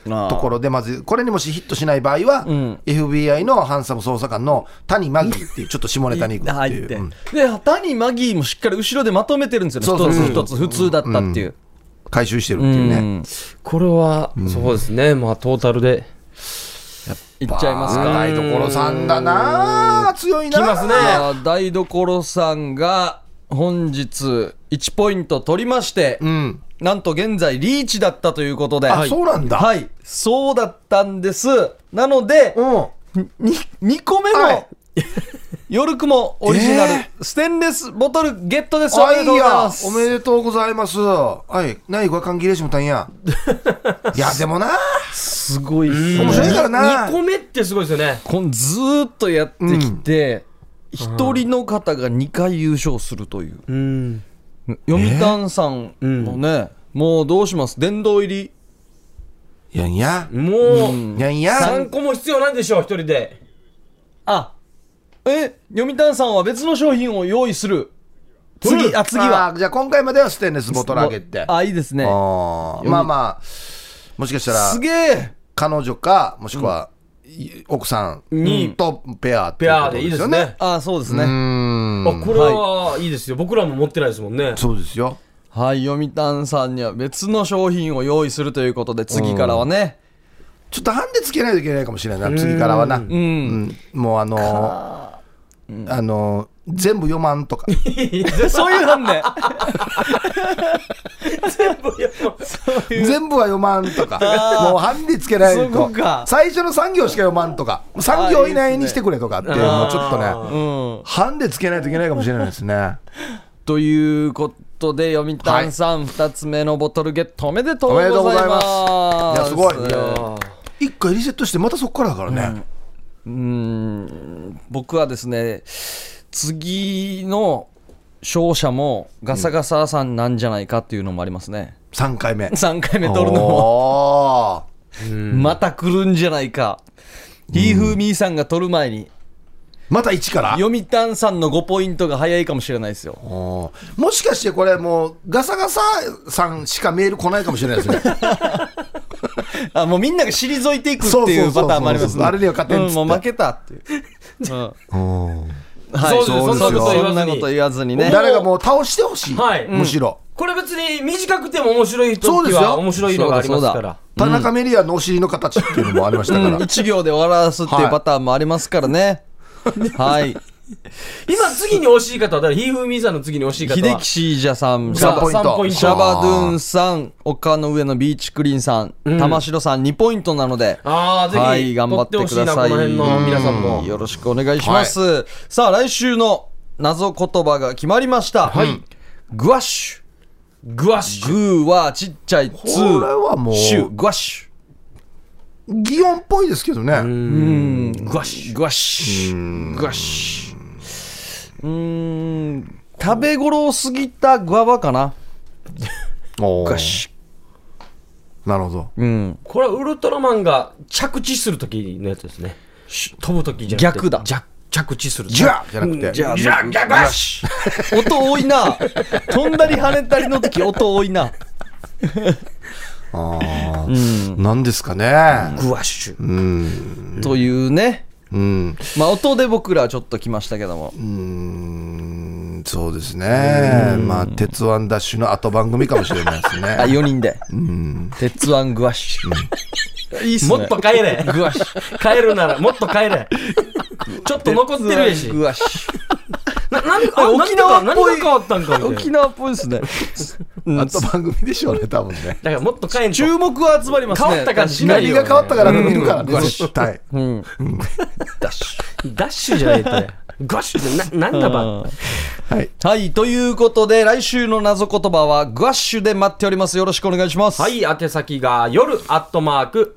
A: あー
C: ところでまずこれにもしヒットしない場合は、
A: ん
C: FBI のハンサム捜査官の谷マギーっていうちょっと下ネタに行くって
A: 入
C: い
A: っ
C: う
A: て、
C: うん
A: で谷マギーもしっかり後ろでまとめてるんですよ
C: そう
A: ね
C: そうそう
A: 一つ一つ普通だったっていう、
C: 回収してるっていうね、
A: うん
B: これは、そうですね。まあ、トータルで。
A: いっちゃいますか
C: 台所さんだな強いな
B: きますね
A: さあ台所さんが本日1ポイント取りまして、
C: うん
A: なんと現在リーチだったということで
C: あ、
A: はい
C: そうなんだ、
A: はいそうだったんですなので
C: うん
A: 2個目の、
C: はい
A: 夜雲オリジナル、ステンレスボトルゲットですおめでとうございま
C: あ
A: す
C: いやおめでとうございますはいないご関係でしもたんやいやでもな
A: すごいっすね
C: 面白いからな
B: 2個目ってすごいですよね。
A: このずーっとやってきて、一人の方が2回優勝するという、
B: うん。
A: 読谷さんもね、もうどうします殿堂入り
C: やんや
B: もう、
C: やんや
B: 3個も必要なんでしょう、一人で。
A: あえ読谷さんは別の商品を用意する
B: 取
A: 次
B: る
A: あ次は
C: あじゃあ今回まではステンレスボトルあげてあ
A: あいいですね
C: ーまあまあもしかしたら
A: すげえ
C: 彼女かもしくは、奥さんとペアって
B: ペ
C: いう
B: ア
C: こと
B: で
C: で
B: いいですす
C: よ
B: ね
C: ね。
A: あそうですね、
C: うん
B: あ、これはいいですよ。僕らも持ってないですもんね。
C: そうですよ
A: はい読谷さんには別の商品を用意するということで次からはね、
C: ちょっとハンデつけないといけないかもしれないな次からはなうん、もうあのーあのー全部読まんとか
A: そういうハン デ
C: 全部は読まんとかもうハンデつけない
A: そことか
C: 最初の3行しか読まんとか3行以内にしてくれとかっていうのをちょっとね
A: うん
C: ハンデつけないといけないかもしれないですね
A: ということで読谷さん、二2つ目のボトルゲットおめでとう
C: お
A: ご
C: め
A: ざ
C: で
A: い
C: とうござい
A: ま
C: ますすいやすごいいや一回リセットしてまたそっからだからね、
A: 僕はですね次の勝者もガサガサさんなんじゃないかっていうのもありますね、
C: 3 回目
A: 3回目取るのも
C: お
A: また来るんじゃないかヒーフーミーさんが取る前に
C: ーまた1から
A: 読谷さんの5ポイントが早いかもしれないですよ
C: おーもしかしてこれもうガサガサさんしかメール来ないかもしれないですね
A: あもうみんなが退いていくっていうパターンもありますね
C: そうそうそうそうあれには勝てんっつって
A: うもう負けたっていう、うん
B: そうです
C: そうですよ
A: そんなこと言わずに ね
C: 誰がもう倒してほしい、
B: はい
C: むしろ、
B: これ別に短くても面白い
C: そう
B: 時
C: です
B: は
C: よ
B: 面白いのがあります
A: そうだ
B: か
A: そう
B: ら。
C: 田中メリアのお尻の形っていうのもありましたから、
A: 1行で終わらすっていうパターンもありますからね。はい。
B: 今次に惜しい方は誰ひふみさんの次に惜しい方は
A: 秀樹シージャさん、シ
C: 3
A: ャ
C: ポイン
B: 3ポ
C: ト
B: イント
A: シャバドゥンさん、丘の上のビーチクリーンさん、玉城さん2ポイントなので、
B: ああぜひ、
A: はい、頑張ってくださ
B: 取
A: い。
B: ってほしいなこの辺の皆さんも
A: よろしくお願いします。さあ、来週の謎言葉が決まりました。はい。グワッシュ。
B: グワッシュ
A: グーはちっちゃい、ツー。
C: これはもう
A: シュ、グワッシュ。
C: 擬音っぽいですけどね、
A: グワッシュ。グワッシュ。グワッシュ。うーん、食べ頃を過ぎたグワバかな。
C: おー
A: グワッシュ。
C: なるほど
A: うん。
B: これはウルトラマンが着地する時のやつですね飛ぶ時じゃなくて
A: 逆だ
B: じゃ着地する
C: じゃじゃなくて
A: じゃあ、
B: じゃあ逆足
A: 音多いな。飛んだり跳ねたりの時音多いな。
C: ああ、なんですかね
B: グワッシュ
A: というね。
C: うん、
A: まあ音で僕らはちょっと来ましたけども。
C: うんそうですねまあ「鉄腕ダッシュ」の後番組かもしれないです
A: あ、
C: ね
A: 4人で。鉄腕グワッシュ。いいっすね。
B: もっと帰れ
A: グワッシュ。
B: 帰るならもっと 帰れちょっと残ってるや
A: 鉄
B: し
A: 腕グワッシュ。
B: ななんあ
A: 沖縄っぽい
B: 何が変わったんかみたいな
A: 沖縄っぽいですね。うん
C: 後番組でしょうね多分ね
B: だからもっと帰んと
A: 注目は集まりますね。
B: 変わった感じしない
C: 何
B: よ
C: が変わったから見るからね
A: うん
C: 絶対
A: うん。ダッシュ。
B: ダッシュじゃねえって グワッシュってななんだば
C: はい
A: はい、ということで、来週の謎言葉はグワッシュで待っております。よろしくお願いします。
B: はい、宛先が夜アットマーク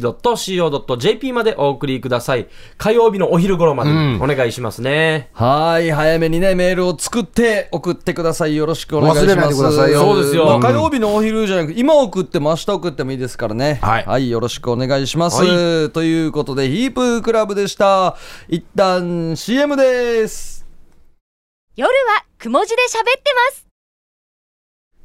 B: RBC.CO.JP までお送りください。火曜日のお昼頃までお願いしますね。
A: はい早めにねメールを作って送ってくださいよろしくお願いします
C: 忘れないでくださいよ
B: そうですよ
A: まあ火曜日のお昼じゃなく今送っても明日送ってもいいですからね
C: はい
A: よろしくお願いします、
B: は
A: ということでヒープークラブでした一旦 CM です
E: 夜はくも字で喋ってます。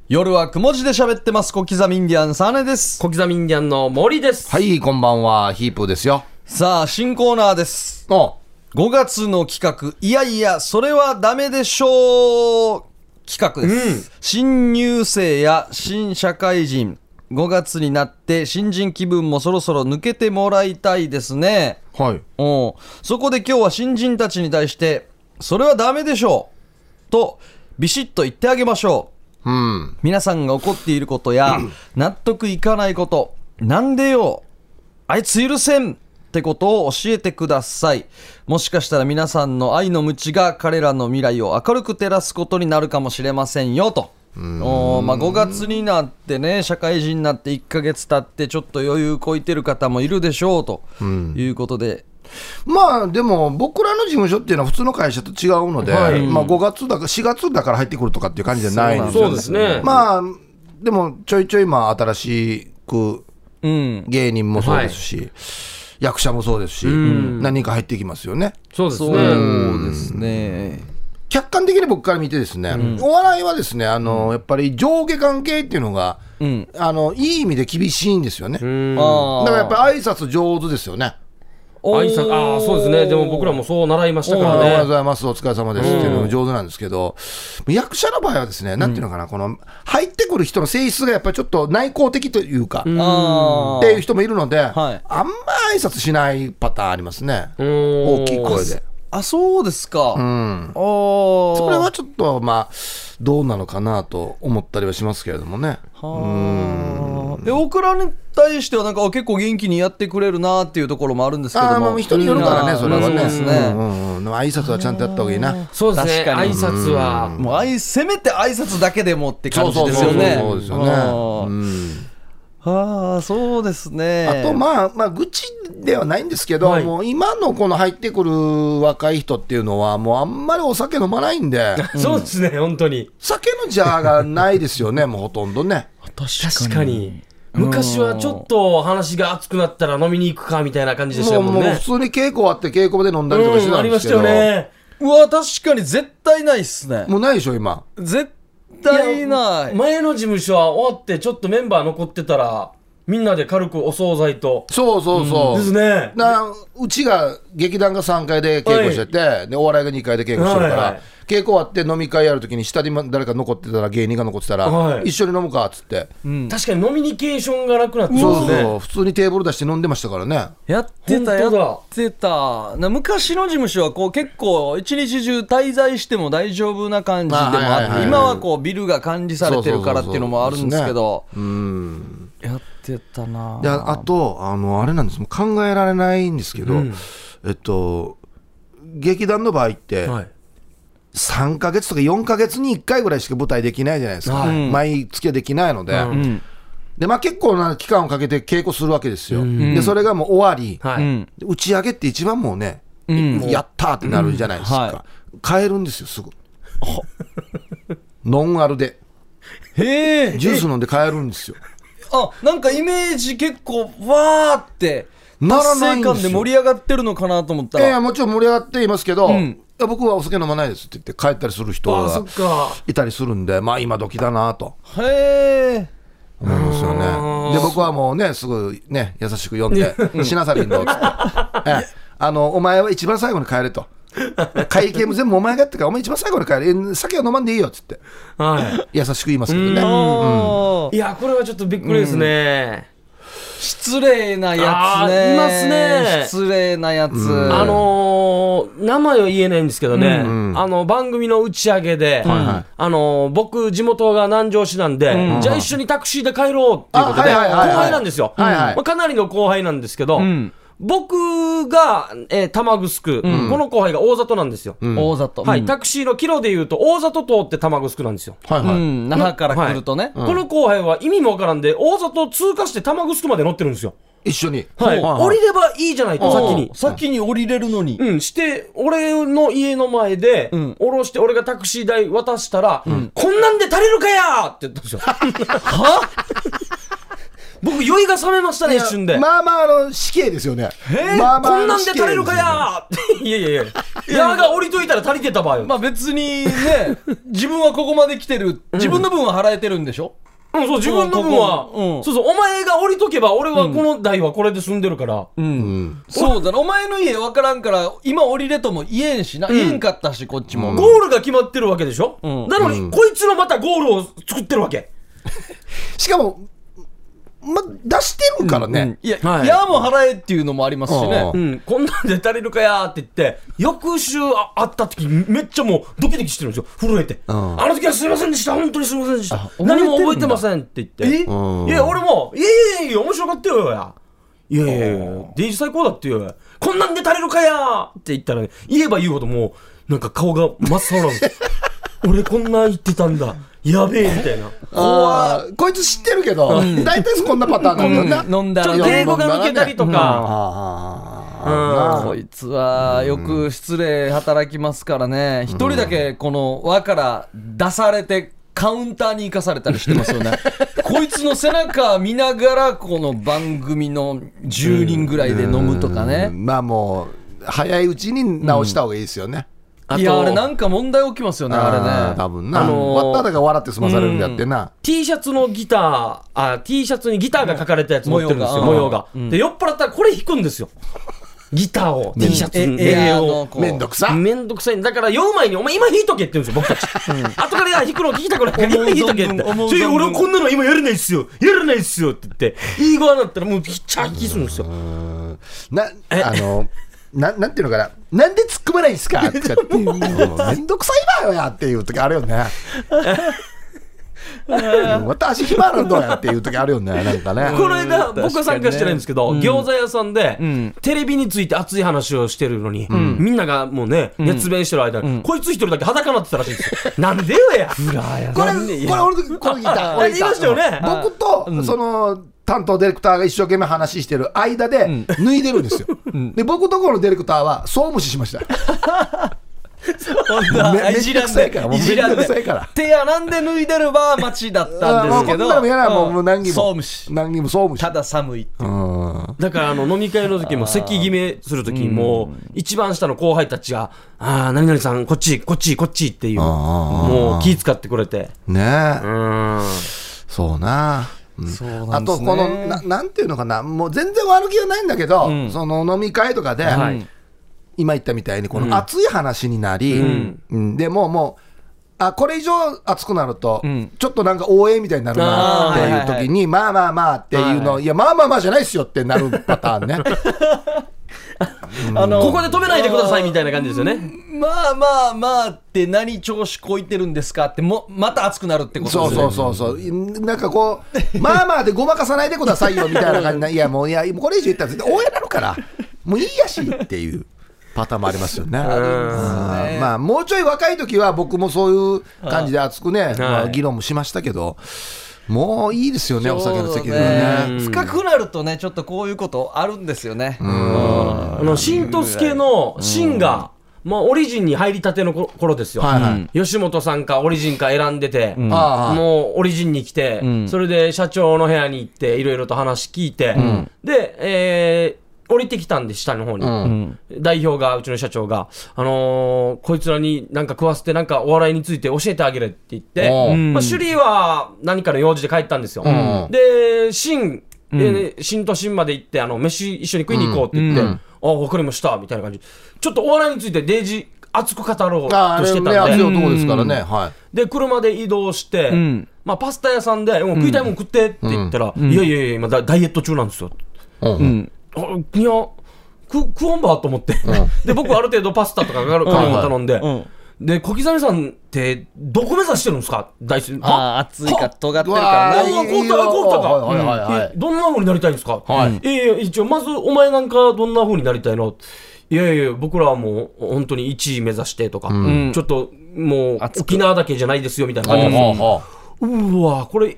A: 夜はくも字で喋ってます小刻みインディアンサーネです
B: 小刻みインディアンの森です。
C: はいこんばんはヒープーですよ
A: さあ新コーナーです
C: お
A: 5月の企画いやいやそれはダメでしょう企画です、新入生や新社会人5月になって新人気分もそろそろ抜けてもらいたいですね
C: はい
A: うんそこで今日は新人たちに対してそれはダメでしょうとビシッと言ってあげましょう
C: うん
A: 皆さんが怒っていることや納得いかないことなんでよあいつ許せんってことを教えてくださいもしかしたら皆さんの愛の無知が彼らの未来を明るく照らすことになるかもしれませんよとおーまあ、5月になってね社会人になって1ヶ月経ってちょっと余裕こいてる方もいるでしょうということで、
C: まあでも僕らの事務所っていうのは普通の会社と違うので、
B: はい
C: まあ、5月だか4月だから入ってくるとかっていう感じじゃないんですよ
B: そうですね。
C: まあでもちょいちょいまあ新しく
A: うん、
C: 芸人もそうですし、役者もそうですし、何人か入ってきますよね。
B: そうです
A: そ
B: ね。
A: うですね、
C: 客観的に僕から見てですね、お笑いはですねあの、やっぱり上下関係っていうのが、
A: ん
C: あのいい意味で厳しいんですよね。
A: あ
C: だ
A: ー
C: からやっぱり挨拶上手ですよね。
A: お
B: 挨
A: ー
B: 拶ああ、そうですね。でも僕らもそう習いました
C: おはよ
B: か
C: うご
B: らね。
C: ざいます、お疲れ様ですっていうのも上手なんですけど、役者の場合はですね、なんていうのかな、この入ってくる人の性質がやっぱりちょっと内向的というか、っ
A: あー
C: ていう人もいるので、
A: はい
C: あんま挨拶しないパターンありますね、
B: 大
C: 大きい声で。
A: あそうですか、
C: うん、
A: おー
C: それはちょっと、まあ、どうなのかなと思ったりはしますけれどもね。
A: はあでオクラに対してはなんかあ結構元気にやってくれるなっていうところもあるんですけど
C: ああ、
A: も
C: まあ人によるから
A: う
C: ね、
A: ん
C: それは
A: まあそうです
C: ね。
A: ね
C: うんうんうんでも挨拶はちゃんとやった方がいいな。
B: そうですね。
A: 確か
B: 挨
A: に
B: 拶は。
A: もうあいせめて挨拶だけでもって感じですよね
C: そうですよね。うん
A: ああそうですね
C: あとまあ、まあ、愚痴ではないんですけど、
B: はい
C: もう今のこの入ってくる若い人っていうのは、もうあんまりお酒飲まないんで、
B: そうですね、本当に。
C: 酒のジャーがないですよ ね、もうほとんどね。
B: 確かに。昔はちょっと話が熱くなったら飲みに行くかみたいな感じでした
C: もう
B: もん
C: もう
B: ね
C: 普。通に稽古終わって稽古場で飲んだりとかして
B: うん、
C: た
B: あ
C: ん
B: り
C: で
B: ますし
C: け
B: た
C: ど、
B: よね。
A: うわ確かに絶対ないっすね
C: もうないでしょ、今。
A: 絶対ない
B: 前の事務所は終わってちょっとメンバー残ってたらみんなで軽くお惣菜と
C: そうそうそう。
B: ですね
C: なうちが劇団が3階で稽古してて、でお笑いが2階で稽古してるから、
B: はい
C: 稽古終わって飲み会やるときに下に誰か残ってたら芸人が残ってたら、
B: はい
C: 一緒に飲むかっつって、
B: 確かにノミニケーションが楽なって
C: そうそう普通にテーブル出して飲んでましたからね
A: やってた、や
B: 本当だ
A: ってた。な昔の事務所はこう結構一日中滞在しても大丈夫な感じでも
C: あはいはい
A: あっ
C: はい
A: て、今はこうビルが管理されてるからっていうのもあるんですけど、
C: うん
A: やってたな
C: でああとあのあれなんですもう考えられないんですけど、
B: うん
C: えっと劇団の場合って、
B: はい
C: 3か月とか4か月に1回ぐらいしか舞台できないじゃないですか、
B: はい
C: 毎月はできないので,、
B: うん
A: うん。
C: でまあ、結構な期間をかけて稽古するわけですよ、
A: ん
C: でそれがもう終わり、
B: は
A: う
B: い、
A: ん。
C: で打ち上げって一番もうね、
A: うん
C: やったーってなるじゃないで
A: う
C: す
A: ん
C: か
A: は、
C: 変えるんですよすぐ ノンアルで
A: へえ。
C: ジュース飲んで変えるんですよ
A: あ、なんかイメージ結構、わーって、
C: なら
A: 達
C: ない
A: 成
C: んで
A: 感
C: すよ
A: で盛り上がってるのかなと思った
C: いやいや
A: ら。
C: もちろん盛り上がっていますけど、
A: うん
C: いや僕はお酒飲まないですって言って帰ったりする人
B: ああそ
C: が
B: っか
C: いたりするんでまあ今時だなと
A: へえ。
C: 思いますよ
B: うん
C: ねで僕はもうねすぐね優しく呼んで「 死なさりんの」っつって「ええあのお前は一番最後に帰れ」 と「会計も全部お前がやってからお前一番最後に帰れえ酒は飲まんでいいよ」っつって
B: は
C: 優しく言いますけどね
A: あ
B: い、
A: ー
B: いやこれはちょっとびっくりですね、
A: 失礼なやつ
B: あー
A: ね。
B: いますね
A: 失礼なやつ。
B: あのー名前は言えないんですけどね、あの番組の打ち上げで、
C: はい
B: あのー僕、地元が南城市なんで、じゃあ一緒にタクシーで帰ろうっていうことで、
C: あはいはいはいはい
B: 後輩なんですよ、
C: はいはい
B: まあ、かなりの後輩なんですけど、
A: ん
B: 僕が、えー玉城区、この後輩が大里なんですよ、
A: 大里。
B: は
A: う
B: い、
A: ん
B: タクシーのキロでいうと、大里通って玉城区なんですよ。
C: はいは
A: う
C: い
A: ん、那覇から来るとね。
B: この後輩は意味もわからんで、大里通過して玉城まで乗ってるんですよ。
C: 一緒に
B: はい。降りればいいじゃないと、
A: 先
B: 先
A: に
B: に。
A: 先に降りれるのに。
B: うん、して、俺の家の前で、
A: ん
B: 降ろして、俺がタクシー代渡したら、こんなんで足りるかやって言ったんで すよ。僕、酔いが覚めましたね、一瞬で。
G: まあまああの死刑ですよねまあまあ
B: こんなんで足りるかやっていやいやいや、矢が降りといたら足りてた場合。
A: まあ別 にね、自分はここまで来てる。自分の分は払えてるんでしょ
B: うん、そう、自分の
A: うん
B: 分は、
A: ここうん
B: そうそう、お前が降りとけば、俺はこの代はこれで済んでるから。
A: うん。そうだな。お前の家分からんから、今降りれとも言えんしな。言えんかったし、こっちも。
B: ゴールが決まってるわけでしょ、
A: うん
B: なのに、こいつのまたゴールを作ってるわけ。
C: しかもま出してるからね
A: いや、
B: はい
A: いやも払えっていうのもありますしね
B: う。ん、こんなんで足りるかやーって言って、翌週あ会った時めっちゃもうドキドキしてるんですよ、震えて。
C: ん
B: あの時はすいませんでした、本当にすいませんでした。
A: 覚えて
B: 何
A: るん
B: も
A: だ
B: 覚えてませんって言って。
C: うん
B: いや、俺も、いやいやいや、面白かったよや。いやいやいや、デイジ最高だってよや。こんなんで足りるかやーって言ったらね、言えば言うほどもう、なんか顔が真っ青なんで すよ。俺こんなん言ってたんだ。やべえ、みたいな。
C: あーこいつ知ってるけど大体こんなパターンなんだよな
A: 飲んだ
B: ちょ
A: ら
B: っと
A: よ。
B: 敬語が抜けたりとか。
C: あ
A: こいつはよく失礼働きますからね。一人だけこの輪から出されてカウンターに行かされたりしてますよね。こいつの背中見ながらこの番組の10人ぐらいで飲むとかね。
C: まあもう早いうちに直した方がいいですよね、
B: あ
A: いや、あれな
B: と、
A: んか問題起きますよね、あれ
C: 多
A: ね。
C: 分な、
B: あのー
C: わっただが笑って済まされるんだってな、
B: T シャツのギター、あ、T シャツにギターが書かれたやつ持ってるんですよ、模
A: 模
B: 様
A: 様
B: が
A: が。
B: で、酔っ払ったらこれ弾くんですよ。ギターを、T シャツに。
A: えエアー
B: を
A: のこう
C: めんどくさ、
B: めんどくさい。だから酔う前に、お前今弾いとけって言うんですよ、僕たち。後から弾くの聞きたくないから、今弾いとけっ
A: 思う存
B: て。
A: 分思う存分
B: ちょい俺こんなの今やれないっすよ。やれないっすよって言って、言い側になったらもう、ひっちゃきするんですよ。
C: なあのななんていうのかななんで突っ込まないんですかとか っていうもうめんどくさいわよやっていう時あるよねうん私暇なんだよっていう時あるよねなんか
B: こ
C: ね
B: の間、僕は参加してないんですけど、餃子屋さんで、
A: ん
B: テレビについて熱い話をしてるのに、みんながもうね、熱弁してる間に、こいつ一人だけ裸になってたらしいん ですよ。なんでよや。
C: これこ
B: なんで
C: れ
B: や
C: 俺のこれ聞 いた俺
B: 言
C: 聞
B: い
C: いた
B: ましたよね。
C: 僕と、その担当ディレクターが一生懸命話してる間で、脱いでるんですよ、で僕とこのディレクターは総無視しました
A: こんな
C: め
A: い
C: め
A: じ
C: んど
A: ら
C: く
A: ん
C: さい
A: で
C: から、もう
A: い
C: め
A: じ
C: んど
A: らん
C: くさい
A: で。
C: から
A: 手やなんで脱いでるば町だったんですけ
C: もうこん
A: ど。
C: なのも嫌なもうもう何にも
A: そうむし。
C: 何にもそう無視
A: ただ寒いっていう。
B: だからあの飲み会の時も席決めする時も一番下の後輩たちが「ああ何々さんこっちこっちこっち」っていうもう気使ってくれて
C: ねえ、
B: うん
C: そうなうん
A: そうな
C: あ
A: んで
C: と
A: すね
C: このななんていうのかなもう全然悪気はないんだけど、その飲み会とかで、
B: はい
F: 今言ったみたいにこの熱い話になり、
B: ん
F: うんでもうもうあこれ以上熱くなると、
A: うん
F: ちょっとなんか応援みたいになるなっていう時
A: あーはいは
F: に、
A: い
F: まあまあまあっていうの、い、やまあまあまあじゃないですよってなるパターンね
A: あの
B: ここで止めないでくださいみたいな感じですよね。
A: まあまあまあって何調子こいてるんですかってもまた熱くなるってことです
F: そ
A: ね
F: うそうそうそうなんかこうまあまあでごまかさないでくださいよみたいな感じないやもういやもうこれ以上言ったら絶対応援なるからもういいやしっていうパターンもありますよねあーまあもうちょい若い時は僕もそういう感じで熱くね、まあ、議論もしましたけどもういいですよねお酒の席ではね
A: そう深くなるとねちょっとこういうことあるんですよね
B: あの、新都助のシンガー、まあ、オリジンに入りたての頃頃ですよ。
F: はいはい
B: うん吉本さんかオリジンか選んでて、
F: ああ
B: もうオリジンに来て、それで社長の部屋に行って、いろいろと話聞いて、で、えー降りてきたんで、下の方に。代表が、うちの社長が、あのーこいつらになんか食わせて、なんかお笑いについて教えてあげれって言って、
F: おう
B: まあ、シュリーは何かの用事で帰ったんですよ。
F: ん
B: で、シン、えー新都心まで行って、あの、飯一緒に食いに行こうって言って、あ、わかりました、みたいな感じ。ちょっとお笑いについてデイジ熱く語ろう
F: あーあ
B: として
F: れ
B: たん
F: ね
B: で。
F: 熱い男ですからね、はい
B: で、車で移動して、
A: ん
B: まあ、パスタ屋さんで、もう食いたいもん食ってって言ったら、いやいやいや、今ダ、ダイエット中なんですよ。
F: うん
B: あいや、く食わんばと思って、で、僕、ある程度パスタとかカルカルも頼んで、で、小刻みさんって、どこ目指してるんですか大好き。
A: ああ熱いか尖ってるか
F: あ
A: ら
F: ー
A: な
B: こう
F: いい
B: た
F: よ
B: か、こうたか。
F: はいはいはいはい
B: えどんな風になりたいんですか
F: はい
B: いやいや、一応、まず、お前なんかどんな風になりたいのいやいや、僕らはもう、本当に1位目指してとか、
A: ん
B: ちょっと、もう、
A: 熱く
B: 沖縄だけじゃないですよ、みたいな
F: ほう
B: 感じなんですよ
F: ほうほ
B: うわこれ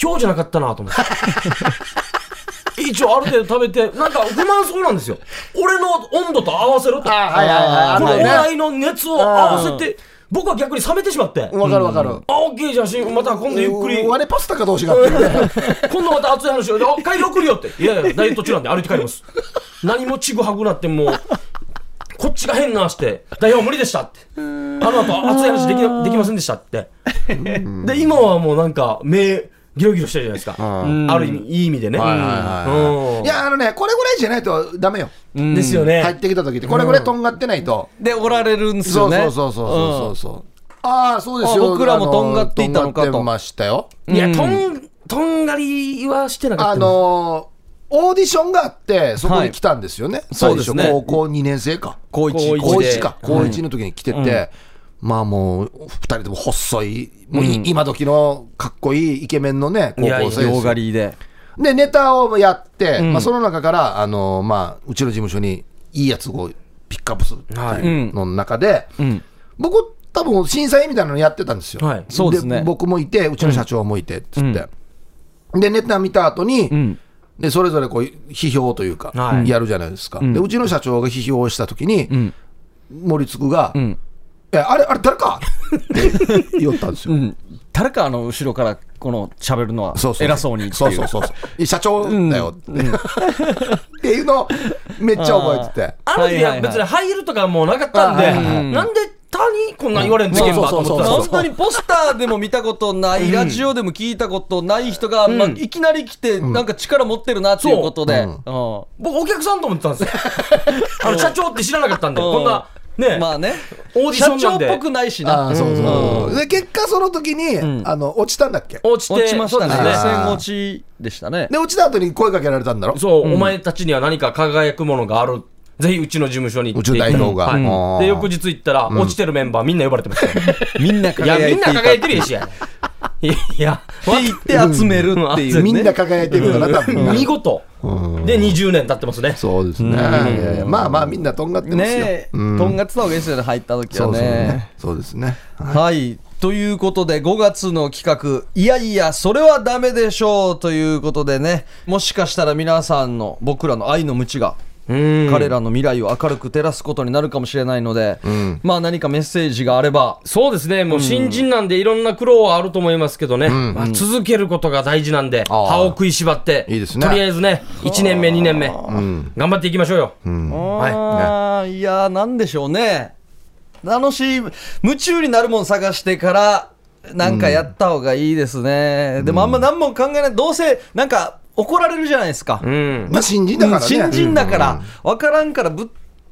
B: 今日じゃなかったなと思って 一応ある程度食べてなんか不満そうなんですよ俺の温度と合わせろとこ
F: うあーはいはい
B: の
F: はい
B: お
F: あのね
B: 笑いの熱を合わせて僕は逆に冷めてしまって、あ
F: わかるわかる、
B: オッケーじゃあしまた今度ゆっくり
F: うん割れパスタかどうし がってるね
B: 今度また熱い話をあ帰り送るよっていやいやダイエット中なんで歩いて帰ります何もちぐはぐなってもうこっちが変な話して代表無理でしたってあの後熱い話できなできませんでしたってで今はもうなんか目ギロギロしてるじゃないですか、ある意味いい意味でね、
F: はいはいはい
B: うん
F: いやあのねこれぐらいじゃないとダメよ
B: ですよね、
F: 入ってきた時ってこれぐらいとんがってないと、
A: でおられるんです
F: そ
A: よ
F: う
A: ね
F: そうそうそうそうそう、ああそうです
A: あ
F: よ
A: 僕らも
F: あの
A: とんがっていたのかと
F: とんがってましたよ
B: いやとんとんがりはしてなかった
F: あ
B: です
F: のオーディションがあってそこに来たんですよね、最初
A: そうですね
F: 高校2年生か
A: 高一
B: 高一
F: 高
B: で
F: 1か高1の時に来てて、まあもう2人とも細いもうい、今時のかっこいいイケメンのね高校
B: いやいや
F: 生ですよ
A: 両狩りで
F: で、ネタをやって、まあ、その中から、あのまあ、うちの事務所にいいやつをピックアップするっていうのの中で、
A: ん
F: 僕、多分審査員みたいなのやってたんですよ。
B: はい
A: そうですね
F: 僕もいて、うちの社長もいて、つって、で、ネタ見た後に、
A: ん
F: で、それぞれこう、批評というか、
B: はい
F: やるじゃないですか、で、うちの社長が批評をしたときに、森津が、
A: ん
F: え、あれ、あれ誰かって言ったんですよ。
A: うん誰かあの後ろからこの喋るのは
F: そうそう
A: 偉そうにっていう
F: そうそうそ うそう社長だよって,、っていうのをめっちゃ覚えてて
B: あ
A: は
B: の時はい
A: はいはい
B: 別に入るとかもうなかったんで、
F: あはいはいはい
B: なんで他にこんなん言われんといけんばと思ってたん
F: そう
B: ですよ
F: そうそう
A: 本当にポスターでも見たことない、ラジオでも聞いたことない人が、まあ、いきなり来て、なんか力持ってるなっていうことで、うん
B: 僕お客さんと思ってたん ですよあの社長って知らなかったんで
A: うん
B: こんなね、
A: まあね、
B: オーディションなんで
A: 社長っぽくないし
F: あ
A: な
F: あ、そうそう、で結果その時に、あの落ちたんだっけ
B: 落ちて
A: 落ちましたね、
B: そ
A: 予
B: うですね
A: 選落ちでしたね。
F: で落ちた後に声かけられたんだろ
B: そう、お前たちには何か輝くものがあるぜひうちの事務所に
F: うちの代表が
B: はい
F: うんあー
B: で翌日行ったら、落ちてるメンバーみんな呼ばれてました よ
A: みんない
B: や
A: 輝
B: み
A: い
B: ん
A: て
B: ない
A: た
B: 輝いてるやしやいや
A: って言って集めるって いうね。
F: みんな輝いてるから多分な、
B: 見事で20年経ってますね
F: そうですね、いやいやまあまあみんなとんがってますよ、
A: ねえ、とんがってた方がいいですよね、入った時
F: そ
A: は
F: うそう
A: ね
F: ね。そうですね
A: はい。ということで、5月の企画、いやいや、それはダメでしょうということでね、もしかしたら皆さんの、僕らの愛の無知が、彼らの未来を明るく照らすことになるかもしれないので、まあ何かメッセージがあれば、
B: そうですねもう新人なんでいろんな苦労はあると思いますけどね、まあ続けることが大事なんで
F: あー
B: 歯を食いしばって
F: いいですね
B: とりあえずね1年目2年目、頑張っていきましょうよ、
A: あーいやー、なんでしょうね。楽しい、夢中になるもん探してから、なんかやった方がいいですね。でもあんま何も考えない。どうせ、なんか怒られるじゃないですか。
B: うん
F: まあ新人だからね
A: 新人だから、わからんからぶっ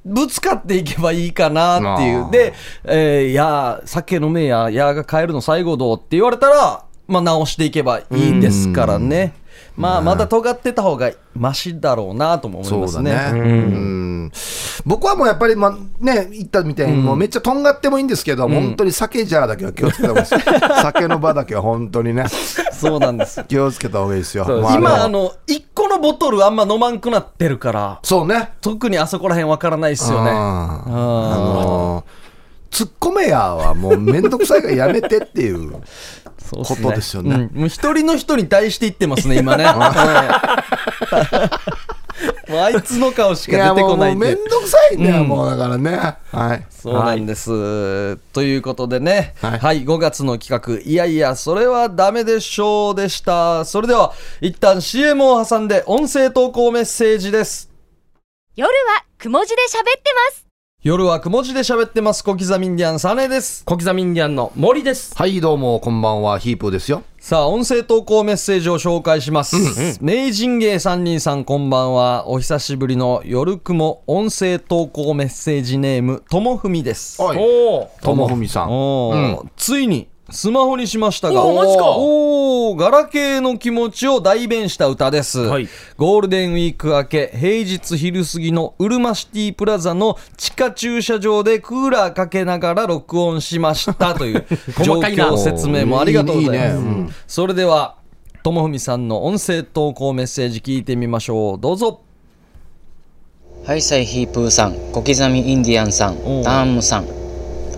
A: ぶつかっていけばいいかなっていう。で、えー、いやー、酒飲めや、いやーが帰るの最後どうって言われたら、まあ直していけばいいですからね。まあ、まだ尖ってた方がマシだろうなとも思い
C: そ
A: ま
C: う
A: す
C: だ
A: ね。
C: ね、うん僕はもうやっぱり、まあね、言ったみたいに、もうめっちゃとんがってもいいんですけど、本当に酒じゃらだけは気をつけた方がいいです、 酒の場だけは本当にね、
A: そうなんです。
C: 気をつけた方がいいですよ、
B: そうです
C: ま
A: 今、あ
C: あの
A: の、一個のボトルあんま飲まんくなってるから、
C: そうね、
A: 特にあそこら辺わからないですよね。
C: あーあ
A: あ
C: の突っ込めやはもうめんどくさいからやめてっていう、
A: ーそうっ
C: ことですよね
A: うんもう一人の人に対して言ってますね、今 ね。はいもうあいつの顔し
C: い
A: か
C: や
A: 出て
C: も
A: こ
C: う
A: ない
C: も
A: うって
C: めんどくさいんだよ、もうだからね、はい、
A: そうなんです、ということでね、は、
C: はいい
A: 5月の企画、いやいや、それはダメでしょうでした。それでは、一旦 CM を挟んで、音声投稿メッセージです。
E: 夜はくも字で喋ってます。
A: 夜はくも字で喋ってます、小刻みインディアンサネです。
B: 小刻みインディアンの森です。
C: はい、どうも、こんばんは、ヒープーですよ。
A: さあ、音声投稿メッセージを紹介します。名人芸三人さん、こんばんは。お久しぶりの夜雲音声投稿メッセージネーム、ともふみです。
C: おい
B: おー。
C: ともふみさん。
A: おーついにスマホにしましたが
B: おーマジか
A: おーガラケーの気持ちを代弁した歌です、
B: はい
A: ゴールデンウィーク明け平日昼過ぎのうるまシティプラザの地下駐車場でクーラーかけながら録音しましたという 状
B: 細かいな
A: 況説明もありがとうございます
C: いいねう
A: それではともふみさんの音声投稿メッセージ聞いてみましょうどうぞ
H: はいサイヒープーさん小刻みインディアンさん
A: おう
H: ターンムさん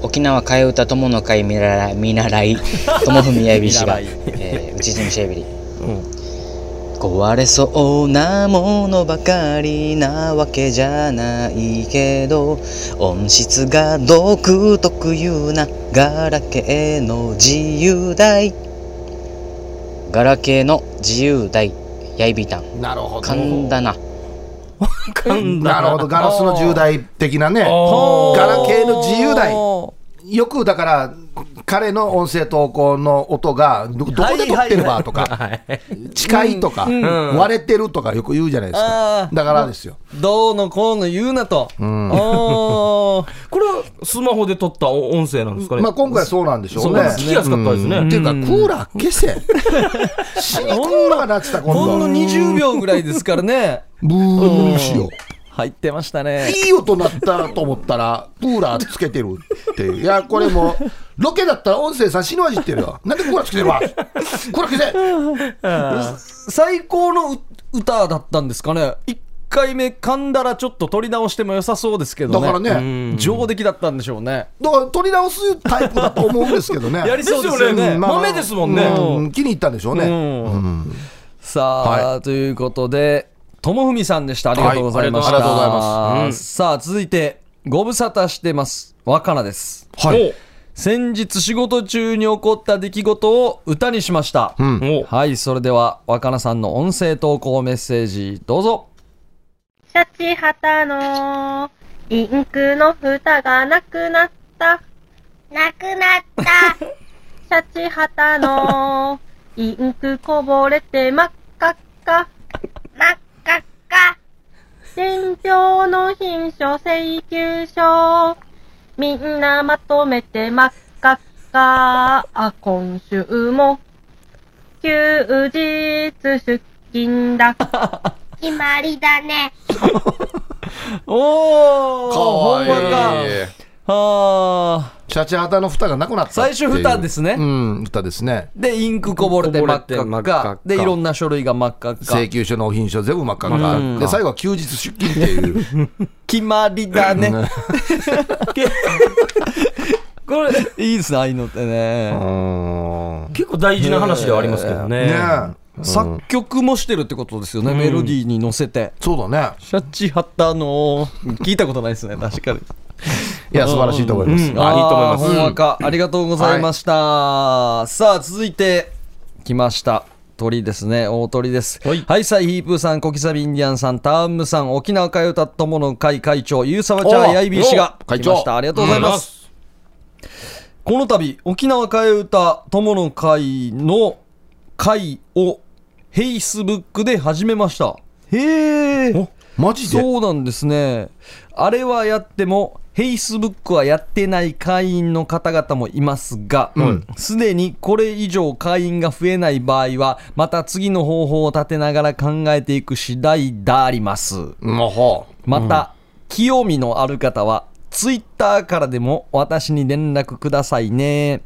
H: 沖縄替え歌友の会見習い見 習い友文やびしが、
A: 見
H: えー、内陣しゃべり、壊れそうなものばかりなわけじゃないけど音質が独特有なガラケーの自由題ガラケーの自由題やいびたん
C: なるほ
H: かんだな
C: なるほど、ガラスの重大的なね。
B: おー
C: ガラケーの自由題
A: お
C: よくだから、彼の音声投稿の音がど、どこで撮ってればとか、
B: はい。
C: 近いとか、割れてるとかよく言うじゃないです
A: あ
C: か。
A: ー
C: だからですよ。
A: ーどうのこうの言うなと、 おー
B: これはスマホで撮った音声なんですかね。
C: まあ今回はそうなんでしょ
B: そうう
C: ね。
B: 聞きやすかったですね。
C: うんっていうか、ク
B: ん
C: ーラー消せ。死にクーラーなってた、今
A: ほん
C: 度
A: の。20秒ぐらいですからね。
C: ブーしよう。
A: 入ってましたね。
C: いい音鳴ったと思ったら、クーラーつけてるっていう。いや、これもう、ロケだったら音声さ、死ぬ味ってるよ。なんでクーラーつけてるわ。クーラー消せ。
A: 最高のう歌だったんですかね。1回目噛んだらちょっと取り直しても良さそうですけどね。
C: だからね
A: うん上出来だったんでしょうね。
C: だから取り直すタイプだと思うんですけどね。
A: やりそうですよ
B: ですよ
A: ね。
B: ね
A: まあ
B: 豆ですもんね
C: うん気に入ったんでしょうね。
A: うんさあ、ということで、ともふみさんでした。ありがとうございました。
C: はいありがとうございます
B: うん
A: さあ、続いて、ご無沙汰してます。若菜です。
C: はい。
A: 先日仕事中に起こった出来事を歌にしました。
C: うん。
B: お
A: はい、それでは若菜さんの音声投稿メッセージどうぞ。
I: シャチハタのインクの蓋がなくなった。なくなった。 シャチハタのインクこぼれて真っ赤っか。真っ赤っか。伝票の品書請求書。みんなまとめて真っ赤っか。あ、今週も休日出勤だ。 決まりだね。
A: おー、ほんまか。
C: いい。
A: はあ、
C: シャチハタの蓋がなくなったっていう。
A: 最初蓋ですね
C: うん、蓋ですね。
A: で、インクこぼれて真っ赤っ
B: こぼれて真っ赤
A: か
B: っ。か
A: で、いろんな書類が真っ赤っか
C: 請。求書の納品書全部真っ赤っか
A: うん
C: で、最後は休日出勤っていう。
A: 決まりだね。 これ、いいですね、ああいうのってね。
C: うん
B: 結構大事な話ではありますけどね。
C: ね
A: 作曲もしてるってことですよね、メロディーに乗せて。
C: そうだね。
A: シャチハタの、聞いたことないですね、確かに。
C: いや、素晴らしいと思い ます。
B: あいいと思います
A: あーほんわか、ありがとうございました。さあ、続いて、来ました。鳥ですね。大鳥です。はい。サイヒープーさん、小刻みインディアンさん、ターンムさん、沖縄歌謡歌友の会会長、ゆうさわちゃん、
C: お
A: やいびー氏が
C: お
A: 来
C: 会
A: ま
C: 長
A: した。ありがとうございます。。この度、沖縄替え歌友の会の会を Facebook で始めました。へえ。
C: マジで
A: そうなんですね。あれはやっても、Facebook はやってない会員の方々もいますが、す、で、にこれ以上会員が増えない場合は、また次の方法を立てながら考えていく次第であります。
C: もほ
A: また、興味のある方は、ツイッターからでも私に連絡くださいね。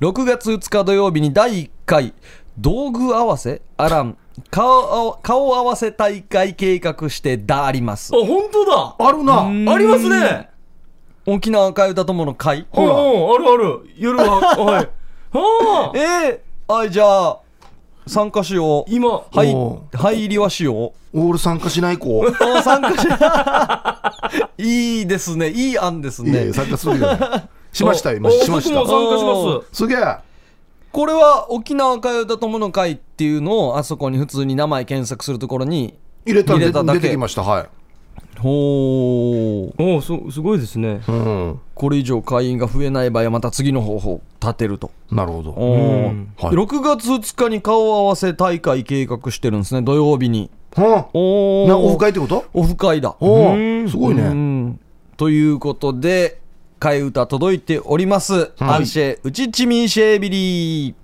A: 6月2日土曜日に第1回、道具合わせあらん、顔あわ顔合わせ大会計画してだあります。
B: 本当だ
C: あるな
B: ありますね
A: 沖縄替え歌友の会。
B: うんうん、あるある。夜は、はい。あ
A: え
B: あ
A: えあい、じゃあ、参加しよう。
B: 今、
A: はい
C: お、
A: 入りはしよう。
C: オール参加しない子
A: あ参加し いいですね。いい案です
C: いやい
A: ね
C: や。参加するよねしましたよ今
B: あ
C: しまし
B: 僕
C: た
B: も参加します。
C: すげえ
A: これは沖縄通歌友の会っていうのをあそこに普通に名前検索するところに
C: 入れたら
A: 入れただけ
C: 出てきましたはい
A: ほう
B: おお、そすごいですね。
C: うん
A: これ以上会員が増えない場合はまた次の方法を立てると、
C: なるほど
A: おー
B: うん
C: はい
A: 6月2日に顔合わせ大会計画してるんですね土曜日に
C: は
A: お
C: あ
A: ー
C: なオフ会ってこと
A: オフ会だ
C: お
B: うん
C: おすごいうね
A: んということで替え歌届いております、アンシェウチチミンシェービリー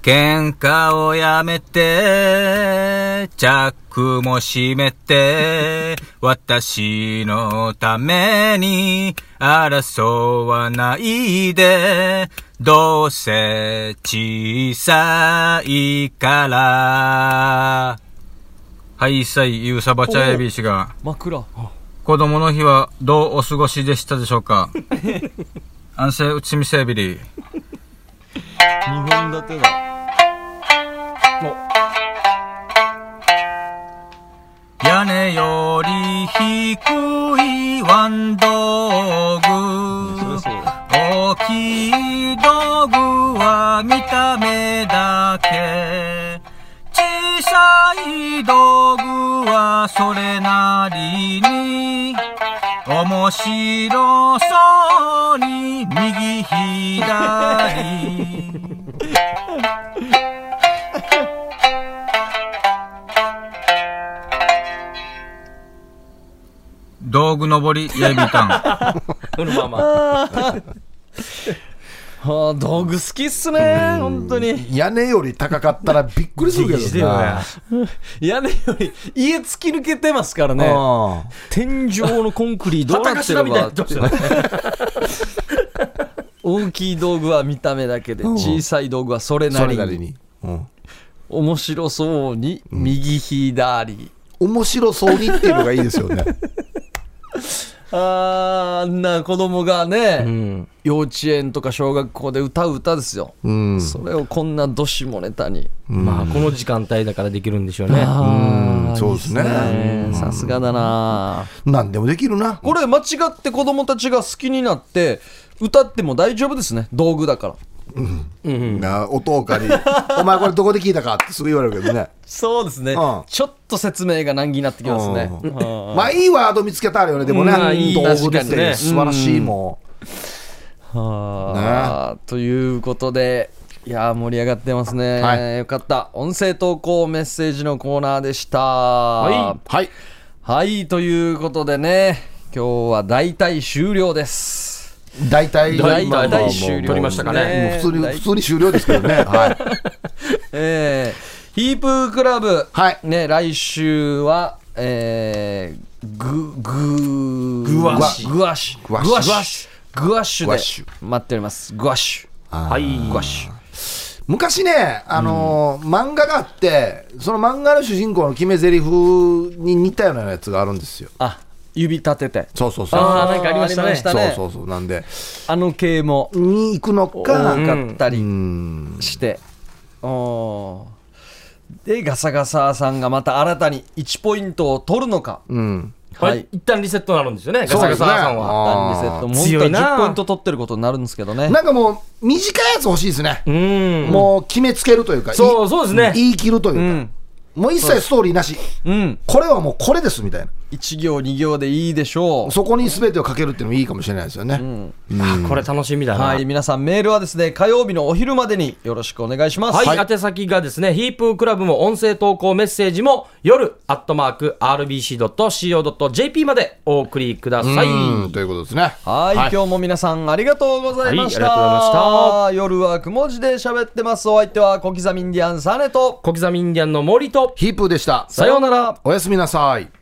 J: 喧嘩をやめて、チャックも閉めて、私のために争わないで、どうせ小さいから。はい、さい、ゆうさばちゃえびしが、
A: 枕
J: 子供の日はどうお過ごしでしたでしょ うか安静うちみせびり。
A: 2本立てだ
J: 屋根より低いワンド
A: そりゃ
J: ーグ
A: そうだ
J: 大きい道具は見た目だけ小さい道具はそれなりに面白そうに右左道具登りやいびたん
B: うんまあまあ。
A: はあ、道具好きっすね、本当に。
C: 屋根より高かったらびっくりするけ
B: して
C: ど
B: よ
C: な
B: ね
A: 屋根より家突き抜けてますからね。
C: あ
A: 天井のコンクリどうなって
B: ら
A: れ
B: みたいな
A: ば
B: ってましたね。
A: 大きい道具は見た目だけで、
C: ん
A: 小さい道具はそれ
C: あそ
A: な
C: れ
A: り
C: な
A: に。
C: りにうん
A: 面白そうに右左。
C: 面白そうにっていうのがいいですよね
A: あーあんな子供がね、幼稚園とか小学校で歌う歌ですよ。
C: うん
A: それをこんなどしもネタに。
B: まあ、この時間帯だからできるんでしょうね。
A: あー
C: そうですね
A: いいっすねさすがだな。
C: 何でもできるな
A: これ間違って子供たちが好きになって歌っても大丈夫ですね道具だから
C: な音を借りお前これどこで聞いたかってすぐ言われるけどね
A: そうですね、
C: うん
A: ちょっと説明が難儀になってきますね、
C: う
A: うん
C: まあいいワード見つけたあるよねでもね
A: うんまあいい
C: 道具で
A: 確かにね
C: す素晴らしいも
A: はあということでいやー盛り上がってますね、
C: はい
A: よかった音声投稿メッセージのコーナーでしたはい
C: はい
A: はいということでね今日は大体終了です
C: 大体
A: 大
C: まあまあまあ
A: 体終了
B: 取りましたかね
C: もう普通に普通に終了ですけどねはい
A: えー、ヒープークラブ、
C: はい
A: ね、来週は、えー、ぐ、ぐ、
B: ぐわし
A: ぐわし。
C: ぐわし
A: ぐわし。ぐわし
C: ぐわし
A: で待っております。ぐわし。
B: はい。
A: ぐわし。
C: 昔ねあのー漫画があってその漫画の主人公の決め台詞に似たようなやつがあるんですよ
A: あ、指立てて。
C: そうそうそう
B: あーなんかありましたね
C: そう
A: そ
C: そう
A: そう
C: そうなんで
A: うあの系も
C: に行くの
A: 多
C: か
A: かった
C: う
A: り
C: ん
A: して。おーで、ガサガサさんがまた新たに1ポイントを取るのか。
C: うん
B: は
A: はいい。
B: 一旦リセットになるんですよね。ガサガサさんは。
A: ダンリセットも本当
B: 強いな
A: は10ポイント取ってることになるんですけどね。
C: なんかもう短いやつ欲しいですね、
B: うん。
C: もう決めつけるというか
B: そう
C: い
B: そうですね
C: 言い切るというか、
A: うん。
C: もう一切ストーリーなし
A: うん。
C: これはもうこれですみたいな
A: 1行2行でいいでしょう
C: そこに全てをかけるっていうのもいいかもしれないですよね、
B: あこれ楽しみだな。
A: はい、皆さんメールはですね、火曜日のお昼までによろしくお願いします。
B: はい、宛先がですね、ヒープークラブも音声投稿メッセージも夜、アットマーク、rbc.co.jp までお送りください。
C: うんということですね
A: はい、今日も皆さんありがとうございました。
B: はいありがとうございま
A: 夜はくも字で喋ってます。お相手は小刻みインディアンサネと、
B: 小刻みインディアンの森と、
C: ヒープーでした
B: さようなら。
C: おやすみなさい